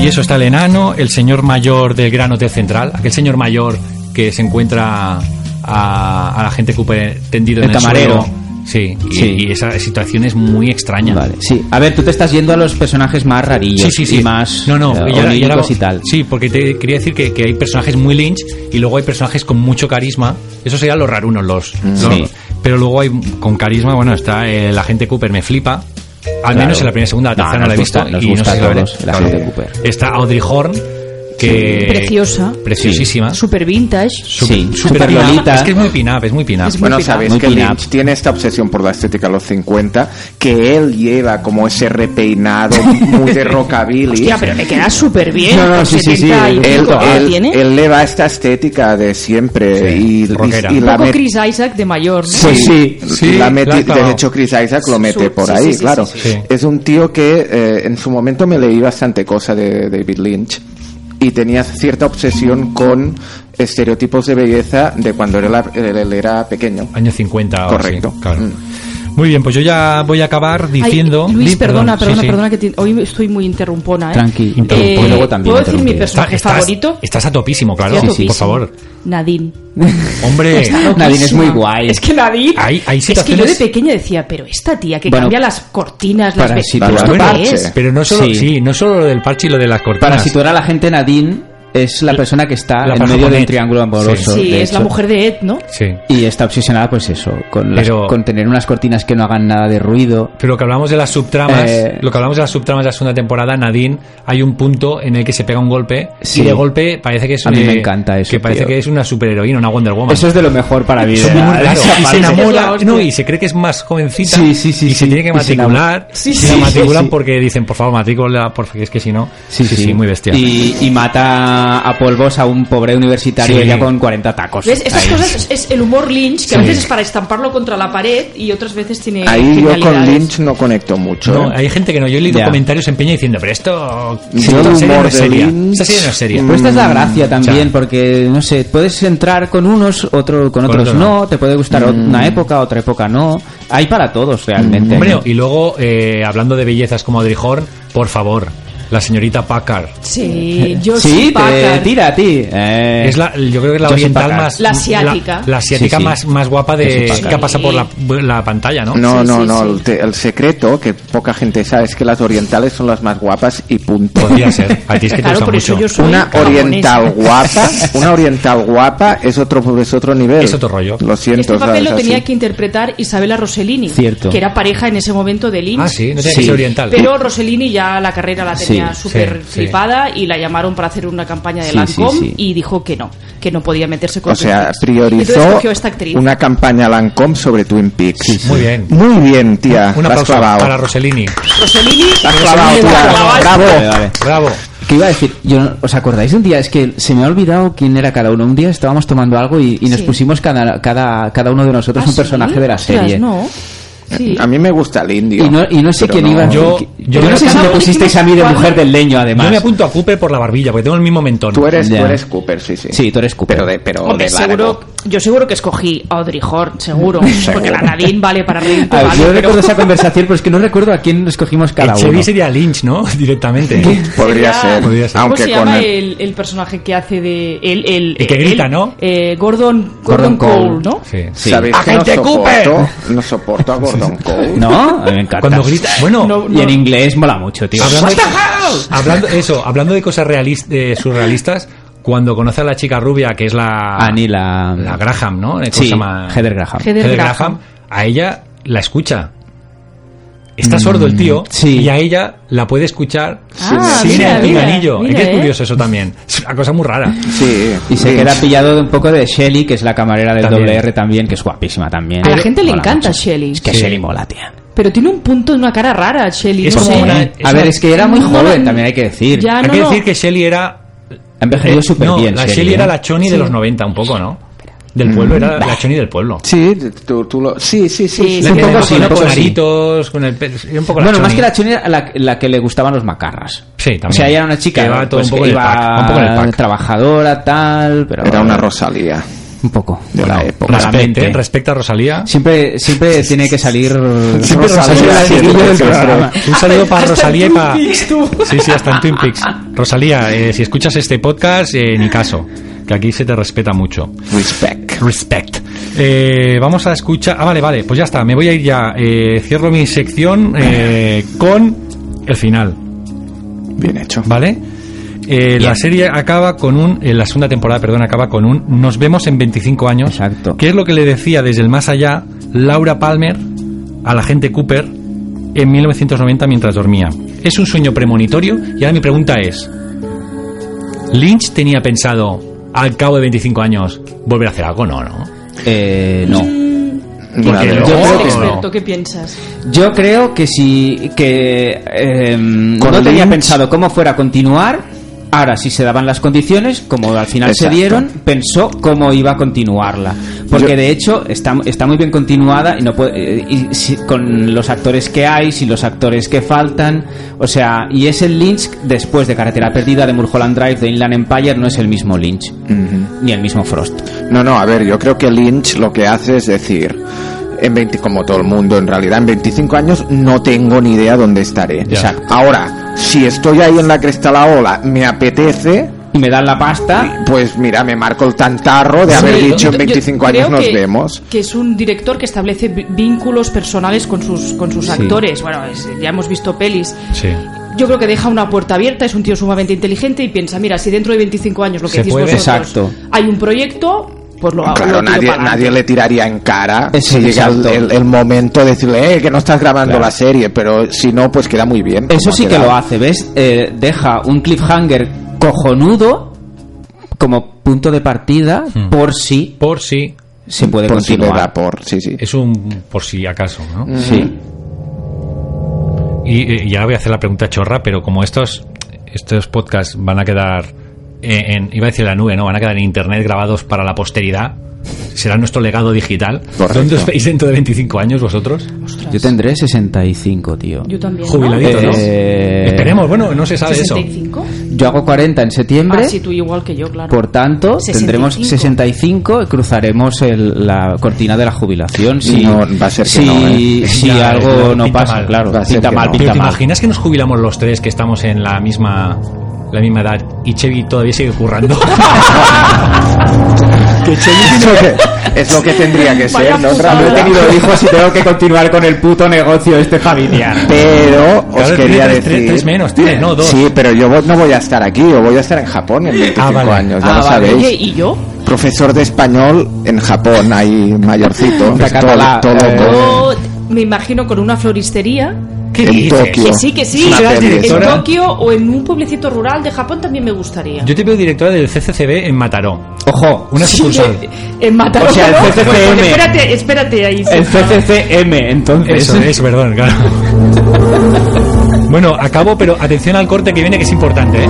Y eso está el enano, el señor mayor del Gran Hotel Central, aquel señor mayor que se encuentra a, a la gente que ocupa- tendido
El
en el
camarero.
suelo. Sí, y,
Sí.
y esa situación es muy extraña.
Vale, sí. A ver, tú te estás yendo a los personajes más rarillos
Sí, sí, sí.
y más
no, no,
eh,
y ahora- y ahora-
oníricos y tal.
Sí, porque te quería decir que, que hay personajes muy Lynch y luego hay personajes con mucho carisma. Eso serían los rarunos, los. los-
Mm. Sí.
Pero luego hay con carisma, bueno, está eh, la gente Cooper, me flipa. Al
Claro.
menos en la primera, segunda, la
No,
tercera no,
nos
la he visto.
gusta- nos
y no
gusta
sé si
a
la veré.
todos la
Claro.
gente Cooper.
Está Audrey Horn, que.
Preciosa.
Preciosísima.
Super vintage.
Super-
Sí,
super
super
pin-up.
Lolita.
Es que es muy pinap, es muy pinap.
Es muy
Bueno,
pin-up.
sabéis
Muy
que
pin-up.
Lynch tiene esta obsesión por la estética a los 50, que él lleva como ese repeinado muy de rockabilly.
Hostia, pero le queda súper bien.
No, no, sí, sí, sí,
70 y
él,
pico, ¿qué
él-
tiene?
él le va esta estética de siempre
Sí,
y-
rockera.
y, y
Un
la
poco
met-
Chris Isaac de mayor. ¿no?
Sí,
Pues Sí,
sí,
la
la
meti-
has clavado.
de hecho Chris Isaac lo mete
Su-
por
sí,
ahí,
sí, sí,
claro.
sí,
sí. Sí.
Es un tío que eh, en su momento me leí bastante cosa de David Lynch y tenía cierta obsesión con estereotipos de belleza de cuando él era, él era pequeño.
Años 50. o así,
Correcto.
claro.
Mm.
Muy bien, pues yo ya voy a acabar
Ay,
diciendo.
Luis,
Di,
perdona,
perdón, sí,
perdona,
sí.
perdona, que te- hoy estoy muy interrumpona, ¿eh?
Tranqui,
interrumpo,
Eh,
y luego
también
¿Puedo decir mi
interrumpí.
personaje
Está- estás-
favorito?
Estás a topísimo, claro.
Estoy a
Por
topísimo.
favor. Eh.
Nadine.
Hombre,
Nadine es muy guay.
Es que Nadine.
Hay- hay
es que yo de
situaciones-
pequeña decía, pero esta tía que
Bueno,
cambia las cortinas, las
para
vestidos,
situar-
¿esto
bueno,
qué
parche.
es?
pero no solo,
Sí.
sí. no solo lo del parche y lo de las cortinas.
Para situar a la gente, Nadine es la persona que está
la
en
persona
medio
con
del
Ed.
triángulo amoroso.
Sí,
de
es la
hecho.
mujer de Ed, ¿no?
Sí.
Y está obsesionada, pues eso, con, las-
Pero-
con tener unas cortinas que no hagan nada de ruido.
Pero lo que hablamos de las subtramas,
Eh,
lo que hablamos de las subtramas de la segunda temporada, Nadine, hay un punto en el que se pega un golpe
Sí.
y de golpe parece que es
A mí
eh,
me encanta eso,
que parece
tío.
que es una superheroína, una Wonder Woman.
Eso es de lo mejor para mí.
Eso es
de
muy
verdad,
raro.
esa
Y se
parte.
enamora,
hostia.
no, y se cree que es más jovencita.
Sí, sí, sí,
Y se
sí.
tiene que
Y se enamora.
matricular.
Sí,
y
sí,
la
sí,
matriculan
sí.
porque dicen, por favor, matricula, porque es que si no. muy bestia.
Y, y mata a polvos a un pobre universitario
Sí.
ya con 40
Pues
tacos.
¿Ves? Estas
Ahí.
cosas es, es el humor Lynch, que a
Sí.
veces es para estamparlo contra la pared y otras veces tiene.
Ahí yo con
genialidades.
Lynch no conecto mucho.
No,
¿eh?
hay gente que no. Yo he leído
Ya.
comentarios en Peña diciendo, pero esto.
Yo
esta
el
serie no
humor
es
de
seria.
Lynch-
Esta serie no es seria.
Pero esta es la gracia también,
Ya.
porque, no sé, puedes entrar con unos, otro, con otros
otro no.
no, te puede gustar una época, otra época no. Hay para todos realmente.
Hombre, y luego, eh, hablando de bellezas como Audrey Horn, por favor, la señorita Packard.
Sí, yo
Eh, sí, te
Packard. Este
tira a ti. Eh,
Es la, yo creo que es la
Josie
oriental
Packard.
más.
La asiática.
La, la asiática
Sí, sí.
Más, más guapa
Josie
de,
Packard.
que pasa por la, la pantalla, ¿no?
No,
Sí,
no,
sí,
no.
sí.
El, te- el secreto que poca gente sabe es que las orientales son las más guapas y punto.
Podría ser. A ti es que te
Claro,
gusta
por eso
mucho.
yo soy
Una
japonesa.
oriental guapa, una oriental guapa es otro es otro nivel.
Es otro rollo.
Lo siento,
Este papel
¿sabes?
lo tenía
Así.
que interpretar Isabela Rossellini,
Cierto.
que era pareja en ese momento de Lynch.
Ah, sí, no tiene que
Sí.
ser oriental.
Pero Rossellini ya la carrera la tenía
Sí,
súper
sí, sí.
flipada y la llamaron para hacer una campaña de
Sí,
Lancôme
sí, sí.
y dijo que no, que no podía meterse con
O sea,
actriz. Entonces
priorizó
cogió a esta actriz.
una campaña Lancome sobre Twin Peaks.
Muy bien.
Muy bien, tía.
Un
La has
aplauso
clavado.
para Rossellini.
Rossellini
La has clavado,
Rossellini la
tía.
clavaba.
Vale,
Bravo.
vale.
Bravo.
¿Qué iba a decir? Yo, no- ¿Os acordáis de un día? Es que se me ha olvidado quién era cada uno. Un día estábamos tomando algo y, y nos
Sí.
pusimos cada, cada, cada uno de nosotros
Ah,
un
¿sí?
personaje de la
Ostras,
serie.
no. Sí.
A mí me gusta el indio.
Y no, y no sé
pero
quién
no-
iba.
Yo-
yo,
yo me
no sé si me
acuerdo-
pusisteis a mí de
¿Cuál?
mujer del leño, además.
Yo me apunto a Cooper por la barbilla, porque tengo el mismo mentón.
Tú eres, tú
Ya.
eres Cooper, sí, sí.
Sí, tú eres Cooper.
Pero de, pero
Hombre,
de largo.
seguro, yo seguro que escogí a Audrey Horn, seguro. Porque la Nadine vale para reírte,
A ver,
vale,
yo
pero-
recuerdo esa conversación, pero es que no recuerdo a quién escogimos cada
Echevi
uno.
sería Lynch, ¿no? Directamente.
Podría
Sería-
ser.
Podría ser.
Aunque
¿Cómo se
con
llama
el-
el... el personaje que hace de él? El,
El que
él,
grita, ¿no?
eh, Gordon,
Gordon
Gordon,
Cole.
Cole, ¿no?
Sí.
Sí.
¿Sabéis que no
¡Agente Cooper!
soporto, no soporto a Gordon Cole?
No, me encanta.
Cuando grita. Bueno,
No,
Y en inglés mola mucho, tío.
hablando, de, hablando- eso, hablando de cosas realis- eh, surrealistas, cuando conoce a la chica rubia, que es la.
Ani, Ah, la...
La Graham, ¿no? ¿Cómo
Sí,
se llama?
Heather Graham.
Heather
Heather
Graham.
Graham. A ella la escucha. Está sordo el tío
Mm, sí.
y a ella la puede escuchar
Ah,
sin
mira,
el
mira,
anillo.
mira,
es que es
eh.
curioso eso también. Es una cosa muy rara.
Sí,
Y se
sí.
queda pillado de un poco de Shelly, que es la camarera del
También.
WR también, que es guapísima también.
A la gente le
Mola
encanta
mucho.
Shelly.
Es que
Sí.
Shelly mola, tía.
Pero tiene un punto, una cara rara, Shelly.
Es
no
como
sé.
una-
A
una-
ver, es que era muy
No,
joven,
no,
también hay que decir.
ya. Ah,
Hay
no,
que
no.
decir que Shelly era.
Ha envejecido
eh,
súper
no,
bien.
La Shelly era
¿eh? Mm.
la Choni de los 90, un poco, ¿no? Del pueblo, era la Choni del pueblo.
Sí, tú, tú lo... sí, sí, sí, sí.
Sí,
La
un
que
poco
era
sí,
con
un poco
los
sí.
aritos, con el pelo- era un poco la
Bueno, más
Choni.
que la Choni era la, la que le gustaban los macarras.
Sí, también.
O sea, ella era una chica
Que va todo
pues,
un poco
que
en el pack, va un poco en el pack.
trabajadora, tal, pero...
Era una Rosalía
Un poco.
de la
Bueno,
época.
Respecte,
claramente.
respecta a Rosalía.
Siempre, siempre tiene que salir...
Siempre Rosalía,
la
siempre
chiquilla del
que
programa.
Un saludo para
Hasta en
Rosalía y
Twin
para...
Peaks, tú.
Sí, sí, hasta en Twin Peaks. Rosalía, eh, si escuchas este podcast, eh, ni caso, que aquí se te respeta mucho.
Respect.
Respect. Eh, vamos a escuchar... Ah, vale, vale, pues ya está, me voy a ir ya. Eh, cierro mi sección eh, con el final,
Bien hecho.
¿vale? Eh, la serie acaba con un... eh, la segunda temporada, perdón, acaba con un... Nos vemos en 25 años.
Exacto.
¿Qué es lo que le decía desde el más allá Laura Palmer a la gente Cooper en 1990 mientras dormía? Es un sueño premonitorio y ahora mi pregunta es, ¿Lynch tenía pensado al cabo de 25 años volver a hacer algo? No, no.
Eh, no.
Una
Porque
de
yo-
Tú eres
Oh,
el
no.
experto, ¿qué piensas?
Yo creo que si... Que, eh, no tenía
Lynch.
pensado cómo fuera a continuar. Ahora, si se daban las condiciones, como al final
Exacto.
se dieron, pensó cómo iba a continuarla. Porque
Yo-
de hecho está, está muy bien continuada y no puede- eh, y si- con los actores que hay, sin los actores que faltan. O sea, y es el Lynch después de Carretera Perdida, de Mulholland Drive, de Inland Empire, no es el mismo Lynch. Ni el mismo Frost.
No, no, a ver, yo creo que Lynch lo que hace es decir, en 20, como todo el mundo, en realidad en 25 años no tengo ni idea dónde estaré.
Ya.
Exacto. Ahora, si estoy ahí en la cresta de la ola, me apetece,
Y me dan la pasta.
pues mira, me marco el tantarro de haber
Sí,
dicho en
yo-
25
yo creo
años nos
que-
vemos.
Que es un director que establece vi- vínculos personales con sus, con sus actores. Bueno, es- ya hemos visto pelis.
Sí.
Yo creo que deja una puerta abierta, es un tío sumamente inteligente y piensa, mira, si dentro de 25 años lo que
Se
decís
puede,
vosotros,
exacto.
hay un proyecto, pues lo hago.
Claro,
lo tiro
nadie,
para
nadie
adelante.
le tiraría en cara
Eh,
si
sí,
llega el,
exacto.
el- el momento de decirle eh, que no estás grabando la serie, pero si no, pues queda muy bien.
Eso
como
sí
ha
que
quedado.
lo hace, ¿ves? Eh, deja un cliffhanger cojonudo como punto de partida
Hmm.
por si
Por si
se puede
Por si le
continuar.
da por, sí, sí.
es un por si acaso, ¿no?
Sí.
Y, eh, y ahora voy a hacer la pregunta chorra, pero como estos, estos podcasts van a quedar en, en- iba a decir en la nube, ¿no? Van a quedar en internet grabados para la posteridad. Será nuestro legado digital.
Correcto.
¿Dónde os veis dentro de 25 años vosotros?
Yo tendré 65, tío.
Yo también. ¿no?
Jubiladito, ¿no?
Eh,
Esperemos, bueno, no se sabe eso.
65.
Yo hago 40 en septiembre.
Ah, sí, tú igual que yo, claro.
Por tanto,
65.
tendremos 65 y cruzaremos el- la cortina de la jubilación. Si,
No, va a ser que
si,
no, ¿eh?
si
Ya,
algo
pinta
no pasa,
mal.
claro.
Va a ser
Pinta
que
mal,
no.
Pero
pinta
¿te
mal.
imaginas que nos jubilamos los tres que estamos en la misma la misma edad y Chevy todavía sigue currando?
Es lo que- es lo que tendría que
Vaya
ser, ¿no?
putada.
No he tenido hijos y tengo que
continuar con el puto negocio este familiar.
Pero os
Claro,
quería
tres-
decir.
tres- tres menos, tiene, no, dos.
Sí, pero yo vo- no voy a estar aquí, yo voy a estar en Japón en 25
vale.
años, ya
Ah,
lo
vale.
sabéis.
Oye, ¿y yo?
Profesor de español en Japón, ahí mayorcito. pues,
De
todo-
catalá,
todo
eh,
loco.
Yo me imagino con una floristería.
¿Qué
En
dices?
Tokio.
Que sí, que sí.
Es una
Serás
peli,
En
directora.
¿sabes?
Tokio o en un pueblecito rural de Japón también me gustaría.
Yo te veo directora del CCCB en Mataró.
Ojo,
Una
Sí,
sucursal.
en Mataró.
O sea, el
¿no?
CCCM.
Porque Espérate, espérate ahí. sí.
el CCCM, entonces.
Eso es, perdón, claro. Bueno, acabo, pero atención al corte que viene que es importante, ¿eh?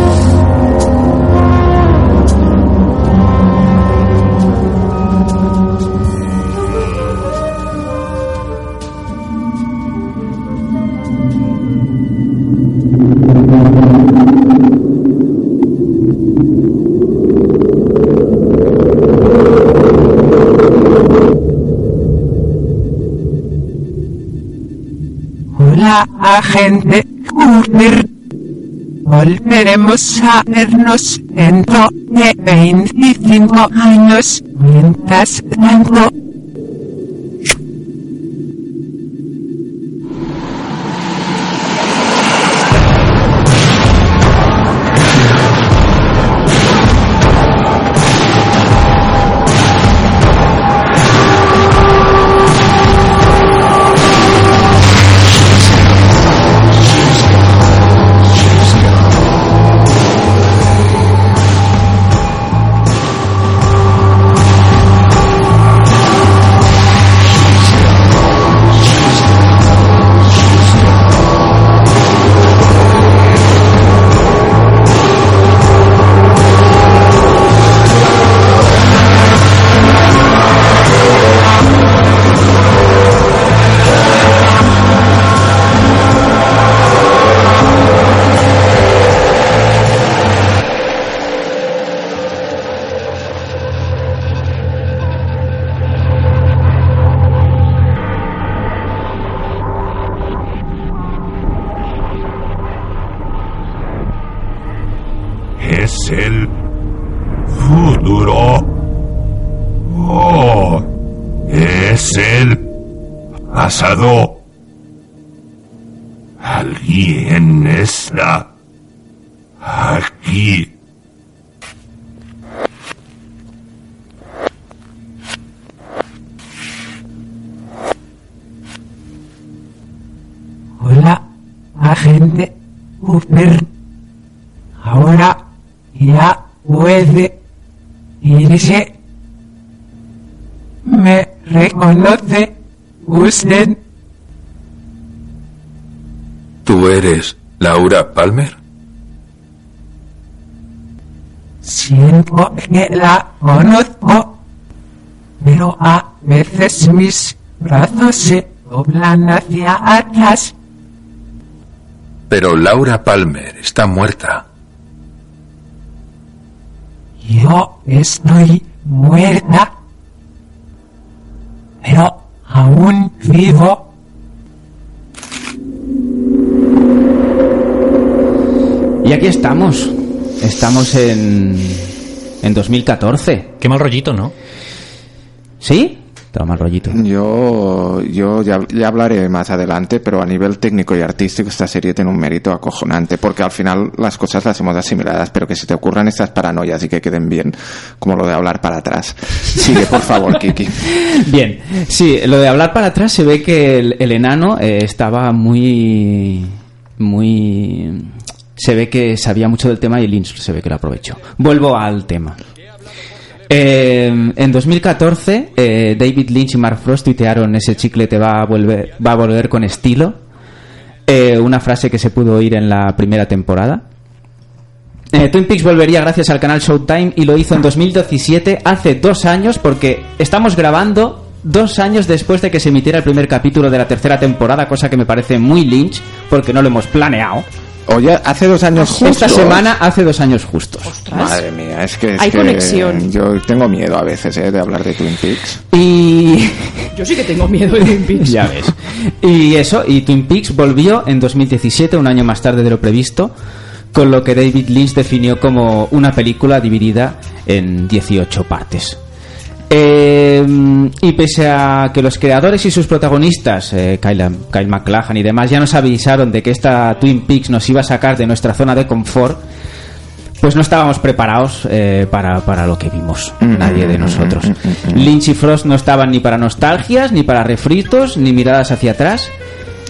Hola, agente Cooper. Volveremos a vernos dentro de 25 años. Mientras tanto,
es el futuro. Oh, es el pasado. Alguien está aquí.
Hola, agente Cooper. Ahora ya puede irse. ¿Me reconoce usted?
¿Tú eres Laura Palmer?
Siento que la conozco, pero a veces mis brazos se doblan hacia atrás.
Pero Laura Palmer está muerta.
Yo estoy muerta, pero aún vivo.
Y aquí estamos. Estamos en. en 2014.
Qué mal rollito, ¿no?
¿Sí? Toma mal rollito.
Yo, yo ya, ya hablaré más adelante, pero a nivel técnico y artístico esta serie tiene un mérito acojonante, porque al final las cosas las hemos asimiladas, pero que se te ocurran estas paranoias y que queden bien, como lo de hablar para atrás. Sigue, por favor, Kiki.
Bien, sí, lo de hablar para atrás se ve que el, el enano eh, estaba muy. muy. Se ve que sabía mucho del tema y Lynch se ve que lo aprovechó. Vuelvo al tema. Eh, en 2014, eh, David Lynch y Mark Frost tuitearon ese chicle te va a volver, va a volver con estilo. Eh, una frase que se pudo oír en la primera temporada. Eh, Twin Peaks volvería gracias al canal Showtime y lo hizo en 2017, hace dos años, porque estamos grabando dos años después de que se emitiera el primer capítulo de la tercera temporada, cosa que me parece muy Lynch, porque no lo hemos planeado.
Oye, hace dos años justo.
Esta semana hace dos años justos.
Madre mía, es que. es
Hay
que
conexión.
Yo tengo miedo a veces eh, de hablar de Twin Peaks.
Y
Yo sí que tengo miedo de Twin Peaks.
Ya ves. Y eso, y Twin Peaks volvió en 2017, un año más tarde de lo previsto, con lo que David Lynch definió como una película dividida en 18 partes. Eh, y pese a que los creadores y sus protagonistas, eh, Kyle, Kyle MacLachlan y demás, ya nos avisaron de que esta Twin Peaks nos iba a sacar de nuestra zona de confort, pues no estábamos preparados eh, para, para lo que vimos, nadie de nosotros. Lynch y Frost no estaban ni para nostalgias, ni para refritos, ni miradas hacia atrás.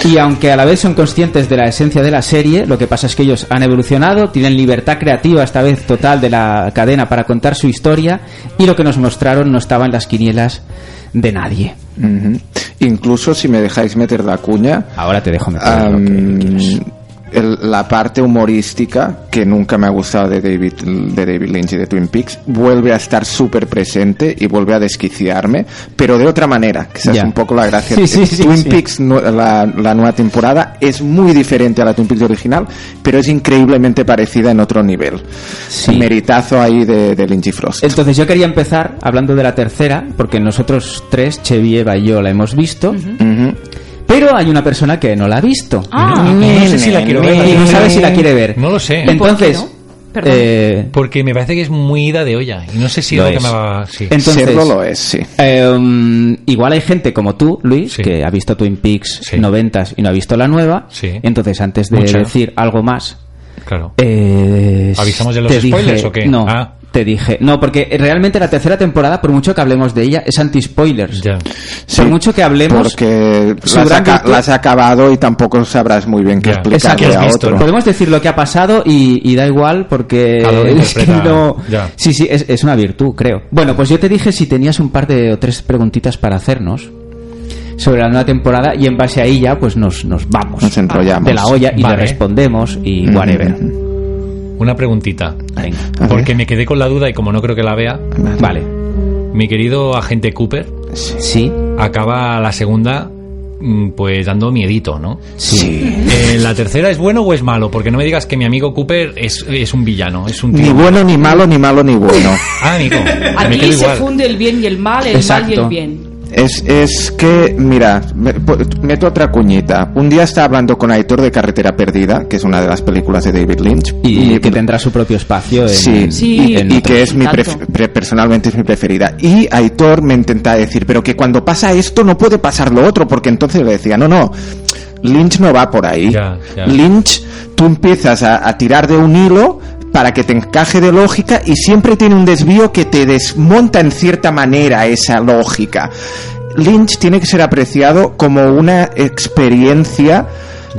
Y aunque a la vez son conscientes de la esencia de la serie, lo que pasa es que ellos han evolucionado, tienen libertad creativa, esta vez total, de la cadena para contar su historia, y lo que nos mostraron no estaba en las quinielas de nadie.
Ujú. Incluso si me dejáis meter la cuña,
Ahora te dejo meter lo que
am,
quieras.
el- la parte humorística que nunca me ha gustado de David, de David Lynch y de Twin Peaks vuelve a estar súper presente y vuelve a desquiciarme, pero de otra manera, que esa es
Ya.
un poco la gracia. Eh,
Sí, sí, sí,
Twin
sí.
Peaks, nu- la, la nueva temporada, es muy diferente a la Twin Peaks original, pero es increíblemente parecida en otro nivel.
Sí.
Meritazo ahí de, de Lynch y Frost.
Entonces yo quería empezar hablando de la tercera, porque nosotros tres, Chevi, Eva y yo la hemos visto,
Ujú.
pero hay una persona que no la ha visto.
no sé si la quiero ver.
Y no sabe si la quiere ver.
Ah. No lo sé.
Entonces,
¿Por qué no? Perdón.
eh,
Porque me parece que es muy ida de olla. Y no sé si
Lo
es lo
es.
que me va. Sí.
entonces
Serlo lo es, sí.
Eh, um, igual hay gente como tú, Luis,
Sí.
que ha visto Twin Peaks
Sí.
90 y no ha visto la nueva.
Sí.
Entonces, antes de
Mucha.
decir algo más,
Claro.
eh,
¿Avisamos de los
te dije-
spoilers o qué?
No,
Ah.
te dije. No, porque realmente la tercera temporada, por mucho que hablemos de ella, es anti-spoilers.
Ya.
Sí,
por mucho que hablemos.
Porque
su
la has,
gran
aca-
virtud-
la has acabado y tampoco sabrás muy bien qué
Ya.
explicarle
Exacto.
a
Has visto,
otro.
¿no?
Podemos decir lo que ha pasado y, y da igual porque
Cada uno
es que
interpreta-
no.
ya.
Sí, sí, es, es una virtud, creo. Bueno, pues yo te dije si tenías un par de o tres preguntitas para hacernos sobre la nueva temporada y en base a ella, pues nos, nos vamos.
Nos enrollamos.
De la olla y
Vale.
le respondemos y whatever.
Una preguntita.
Venga.
A
Porque me quedé con la duda y como no creo que la vea,
Vale.
mi querido agente Cooper
Sí.
acaba la segunda mm, pues dando miedito, ¿no?
Sí.
Eh, ¿La tercera es bueno o es malo? Porque no me digas que mi amigo Cooper es, es un villano, es un
Ni
tío.
bueno, ni malo, ni malo, ni bueno.
Ah, amigo. me
Aquí
quedo
se
igual.
funde el bien y el mal, el mal y
Exacto.
el bien.
Es, es que, mira, me- po- meto otra cuñita. Un día estaba hablando con Aitor de Carretera Perdida, que es una de las películas de David Lynch.
Y que tendrá su propio espacio. en-
Sí, y,
en
y
otro.
que es mi pref- pre- personalmente es mi preferida. Y Aitor me intenta decir, pero que cuando pasa esto no puede pasar lo otro, porque entonces le decía, no, no, Lynch no va por ahí.
ya.
Lynch, tú empiezas a, a tirar de un hilo para que te encaje de lógica y siempre tiene un desvío que te desmonta en cierta manera esa lógica. Lynch tiene que ser apreciado como una experiencia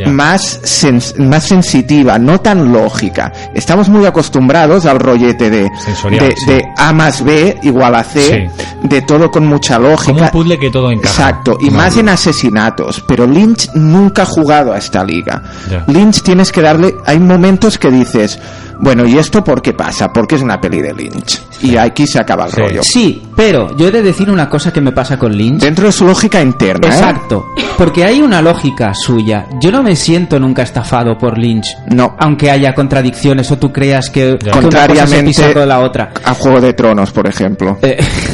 más, sens- más sensitiva, no tan lógica. Estamos muy acostumbrados al rollete de,
Sensorial,
de,
sí.
de A más B igual a C, de todo con mucha lógica.
Como un puzzle que todo encaja.
Exacto, y
No.
más en asesinatos, pero Lynch nunca ha jugado a esta liga.
Ya.
Lynch tienes que darle, hay momentos que dices, bueno, ¿y esto por qué pasa? Porque es una peli de Lynch. Y aquí se acaba el rollo.
Sí, pero yo he de decir una cosa que me pasa con Lynch.
Dentro de su lógica interna. ¿eh?
Exacto. Porque hay una lógica suya. Yo no me siento nunca estafado por Lynch.
No.
Aunque haya contradicciones o tú creas que, que una cosa se pisa
Contrariamente
con la otra. Eh,
a Juego de Tronos, por ejemplo.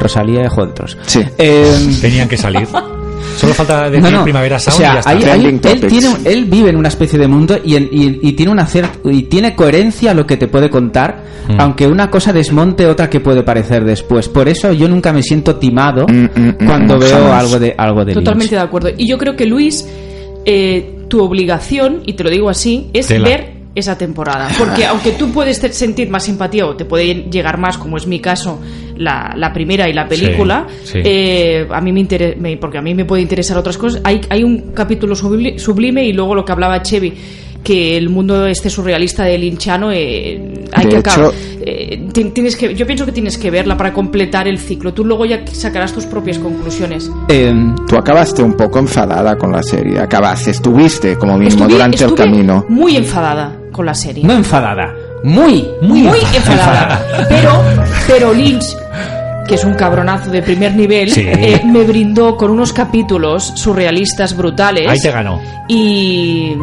Rosalía de Em, Juegos
Sí.
Tenían que salir. Solo falta decir
No, no.
Primavera Sound
o sea,
y ya está.
hay- hay- él, tiene, un- él vive en una especie de mundo y, en- y- y tiene una cer- y tiene coherencia a lo que te puede contar,
Mm.
aunque una cosa desmonte otra que puede parecer después. Por eso yo nunca me siento timado cuando
mm,
veo
jamás.
algo de algo de Lynch.
Totalmente de acuerdo. Y yo creo que Luis, eh, tu obligación, y te lo digo así, es
Tela.
ver esa temporada. Porque aunque tú puedes te- sentir más simpatía o te puede llegar más, como es mi caso, la, la primera y la película,
Sí, sí.
eh, a mí me, intere- me- porque a mí me puede interesar otras cosas, hay, hay un capítulo subli- sublime y luego lo que hablaba Chevy, que el mundo este surrealista de Linchano eh, hay
De
que
hecho-
acabar. Eh, ti- tienes que, yo pienso que tienes que verla para completar el ciclo. Tú luego ya sacarás tus propias conclusiones.
Eh,
Tú acabaste un poco enfadada con la serie. Acabaste, estuviste como mismo
Estuve-
durante el
estuve
camino.
Muy enfadada con la serie.
No enfadada, muy,
muy, enfadada. Pero, pero Lynch, que es un cabronazo de primer nivel,
Sí.
eh, me brindó con unos capítulos surrealistas brutales.
Ahí te ganó.
Y,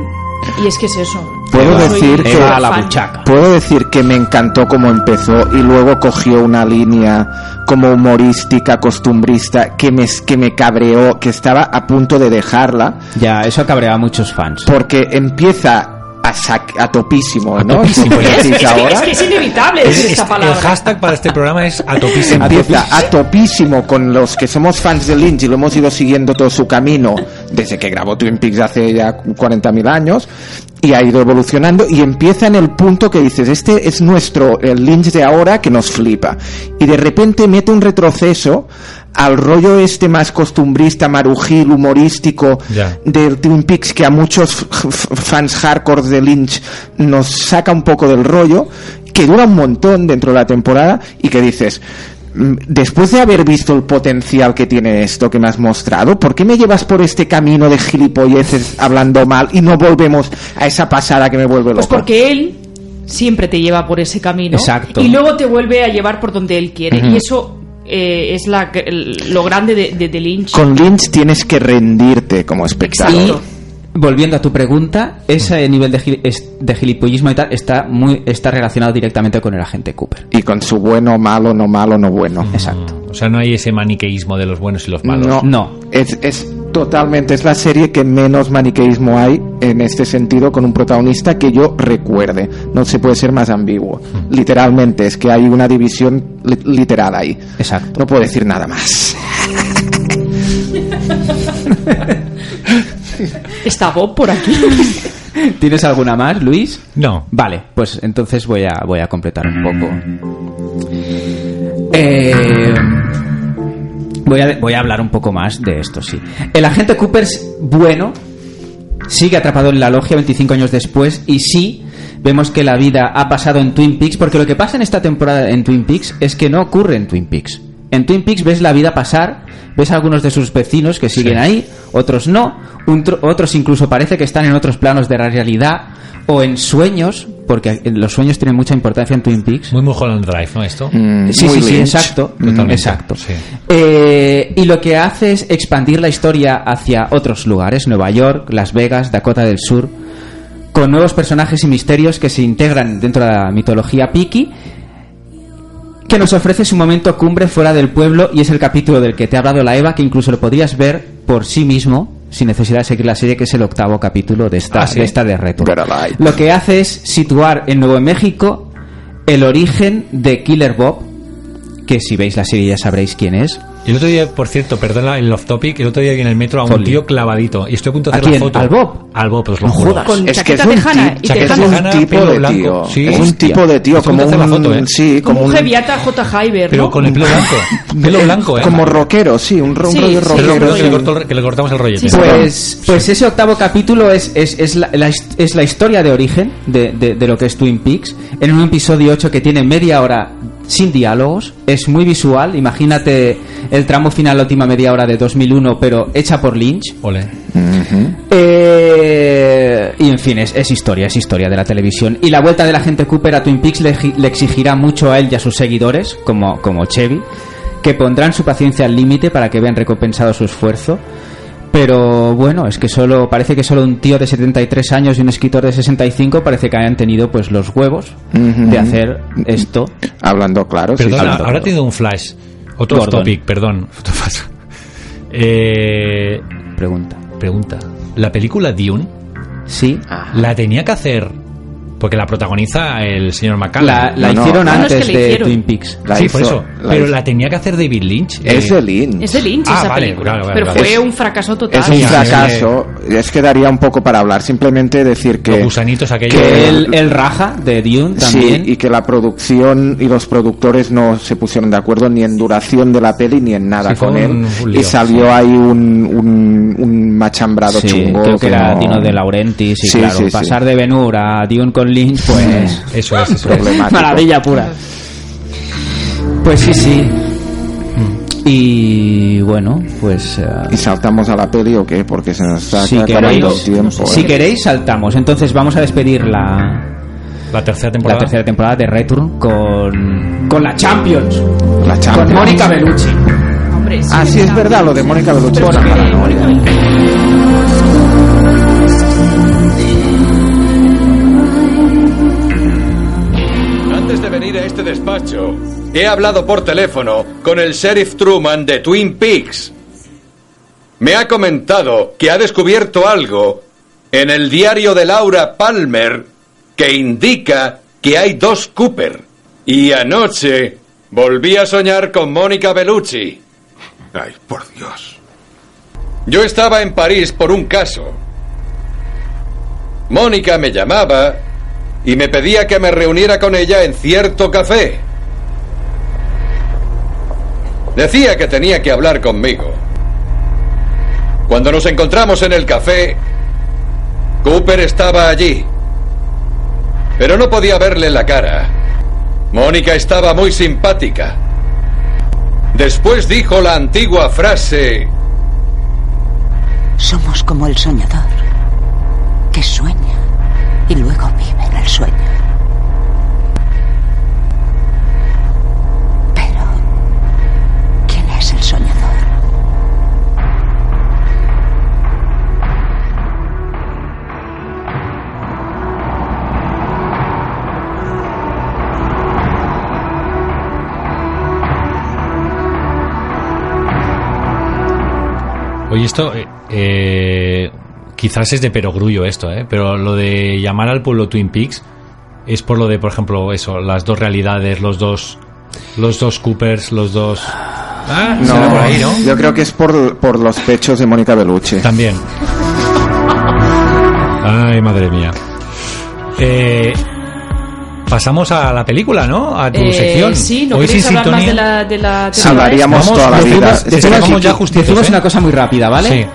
y es que es eso.
Puedo
Yo soy
decir, que,
fan.
puedo decir que me encantó cómo empezó y luego cogió una línea como humorística, costumbrista, que me, que me cabreó, que estaba a punto de dejarla,
Ya, eso cabreaba a muchos fans.
porque empieza a, sac- a topísimo, ¿no?
topísimo,
Si me
ya.
decís
Es que-
ahora.
Es que es inevitable
Es-
decir
es-
esta
el
palabra.
hashtag para este programa es a topísimo.
Empieza a topísimo con los que somos fans de Lynch y lo hemos ido siguiendo todo su camino desde que grabó Twin Peaks hace ya 40.000 años y ha ido evolucionando y empieza en el punto que dices, este es nuestro el Lynch de ahora que nos flipa. Y de repente mete un retroceso al rollo este más costumbrista, marujil, humorístico
Ya.
del Twin Peaks que a muchos f- f- fans hardcore de Lynch nos saca un poco del rollo, que dura un montón dentro de la temporada y que dices, "Mm, después de haber visto el potencial que tiene esto que me has mostrado, ¿por qué me llevas por este camino de gilipolleces hablando mal y no volvemos a esa pasada que me vuelve
Pues
loco?
porque él siempre te lleva por ese camino.
Exacto.
Y luego te vuelve a llevar por donde él quiere.
Ujú.
Y eso eh, es la, el- lo grande de, de- de Lynch.
Con Lynch tienes que rendirte como
Y
espectador.
volviendo a tu pregunta, ese nivel de, gil- es- de gilipollismo y tal está muy está relacionado directamente con el agente Cooper.
Y con su bueno, malo, no malo, no bueno.
Exacto.
O sea, no hay ese maniqueísmo de los buenos y los malos.
No, Es, es totalmente, es la serie que menos maniqueísmo hay en este sentido con un protagonista que yo recuerde. No se puede ser más ambiguo. Literalmente, es que hay una división li- literal ahí.
Exacto.
No puedo decir nada más.
Está Bob por aquí.
¿Tienes alguna más, Luis?
No.
Vale, pues entonces voy a, voy a completar un poco. Eh, voy, a, voy a hablar un poco más de esto, sí. El agente Cooper es bueno, sigue atrapado en la logia 25 años después y sí, vemos que la vida ha pasado en Twin Peaks, porque lo que pasa en esta temporada en Twin Peaks es que no ocurre en Twin Peaks. En Twin Peaks ves la vida pasar, ves a algunos de sus vecinos que siguen ahí, otros no, un tro- otros incluso parece que están en otros planos de la realidad o en sueños, porque los sueños tienen mucha importancia en Twin Peaks.
Muy Mulholland Drive, ¿no? Esto.
sí, sí, sí, exacto.
Totalmente.
Exacto.
Sí.
Eh, y lo que hace es expandir la historia hacia otros lugares, Nueva York, Las Vegas, Dakota del Sur, con nuevos personajes y misterios que se integran dentro de la mitología Piki que nos ofrece su momento cumbre fuera del pueblo y es el capítulo del que te ha hablado la Eva, que incluso lo podrías ver por sí mismo sin necesidad de seguir la serie, que es el octavo capítulo de esta,
Ah, sí.
de, esta de reto.
Grabai.
Lo que hace es situar en Nuevo México el origen de Killer Bob, que si veis la serie ya sabréis quién es.
Y el otro día, por cierto, perdona el off topic, el otro día vi en el metro a un
Folly.
tío clavadito. Y estoy a punto de
¿A
hacer la
quién?
foto.
¿Al Bob?
Al Bob, os lo
No
juro.
jodas. Con
Es que es
chaqueta
un,
tejana ¿eh?
ti-
y
chaqueta
tejana.
tejana, un tipo
pelo
de
blanco.
tío.
Sí.
Es un
Hostia.
tipo de tío,
Esto
como
hace
un,
la foto, ¿eh?
sí,
Como
como
un
un,
Geviata J. Hyber,
Pero
¿no?
con el pelo blanco. Pelo blanco, ¿eh?
como rockero, sí, un, ro- un
Sí,
rollo
sí,
Pero
rockero.
creo que, le
sí.
cortó el- que le cortamos el rollete.
Sí, sí.
Pues, pues ese octavo capítulo es, es, es la, la his- es la historia de origen de, de- de lo que es Twin Peaks, en un episodio 8 que tiene media hora sin diálogos, es muy visual, imagínate el tramo final, la última media hora de 2001, pero hecha por Lynch.
Ole.
Eh, y en fin, es, es historia, es historia de la televisión. Y la vuelta de la gente Cooper a Twin Peaks le, gi- le exigirá mucho a él y a sus seguidores, como, como Chevy, que pondrán su paciencia al límite para que vean recompensado su esfuerzo. Pero bueno, es que solo parece que solo un tío de 73 años y un escritor de 65 parece que hayan tenido pues los huevos
Ujú.
de hacer esto.
Hablando claro, sí,
Perdona,
hablando
ahora he
claro.
tenido un flash. Otro off
Gordon.
topic, perdón. Otro flash. Eh,
Pregunta.
pregunta. ¿La película Dune
Sí.
Ah,
la tenía que hacer? Porque la protagoniza el señor McCallum.
La, la
No, no.
hicieron
No,
no, es que
antes
la
de
hicieron.
Twin Peaks.
La
sí,
hizo-
por eso.
la
pero
hizo-
la tenía que hacer David Lynch.
Es
eh,
de Lynch.
Es de Lynch
Ah,
esa
vale,
película.
claro, vale,
pero
vale.
fue un fracaso total.
Es un
Sí,
fracaso. Es que daría un poco para hablar. Simplemente decir que.
Los gusanitos aquellos.
que-
Que el, el Raja de Dune
Sí,
también.
y que la producción y los productores no se pusieron de acuerdo ni en duración de la peli ni en nada
Sí, fue
con él.
un- un lío,
y salió ahí un, un, un machambrado
Sí,
chungo.
creo que era
no-
Dino de Laurentis y
Sí,
claro,
sí, sí.
pasar de Benur a Dune con Lynch, pues
Eso es, eso es.
Problemático.
maravilla pura. Pues sí, sí. Mm. Y bueno, pues eh,
¿Y saltamos a la peli o qué? Porque se nos está
si
acabando
queréis,
el tiempo.
si
¿eh?
queréis saltamos. Entonces vamos a despedir la,
La tercera
la
temporada.
tercera temporada de Return con con la Champions,
La
con
Champions.
Mónica Bellucci.
Hombre,
Ah, sí, es verdad, lo de Mónica Bellucci.
Pero es que Mónica Bellucci-
Antes de venir a este despacho, he hablado por teléfono con el sheriff Truman de Twin Peaks. Me ha comentado que ha descubierto algo en el diario de Laura Palmer que indica que hay dos Cooper. Y anoche volví a soñar con Mónica Bellucci.
Ay, por Dios.
Yo estaba en París por un caso. Mónica me llamaba y me pedía que me reuniera con ella en cierto café. Decía que tenía que hablar conmigo. Cuando nos encontramos en el café, Cooper estaba allí. Pero no podía verle la cara. Mónica estaba muy simpática. Después dijo la antigua frase
Somos como el soñador, que sueña y luego vive en el sueño. Pero, ¿quién es el soñador?
Oye, esto eh, eh, quizás es de perogrullo esto, ¿eh? pero lo de llamar al pueblo Twin Peaks es por lo de, por ejemplo, eso, las dos realidades, los dos, los dos Coopers, los dos. Ah, será por ahí, ¿no?
Yo creo que es por, por los pechos de Mónica Bellucci.
También. Ay, madre mía. Eh, pasamos a la película, ¿no? A tu
Eh,
sección.
sí, no
Hoy sin
queréis hablar más de
sintonía.
la, de la
Sí,
temporada
hablaríamos
esta?
toda la vida.
Decimos,
Es que
decimos-
vamos ya justitos,
decimos
¿eh?
una cosa muy rápida, ¿vale?
Sí.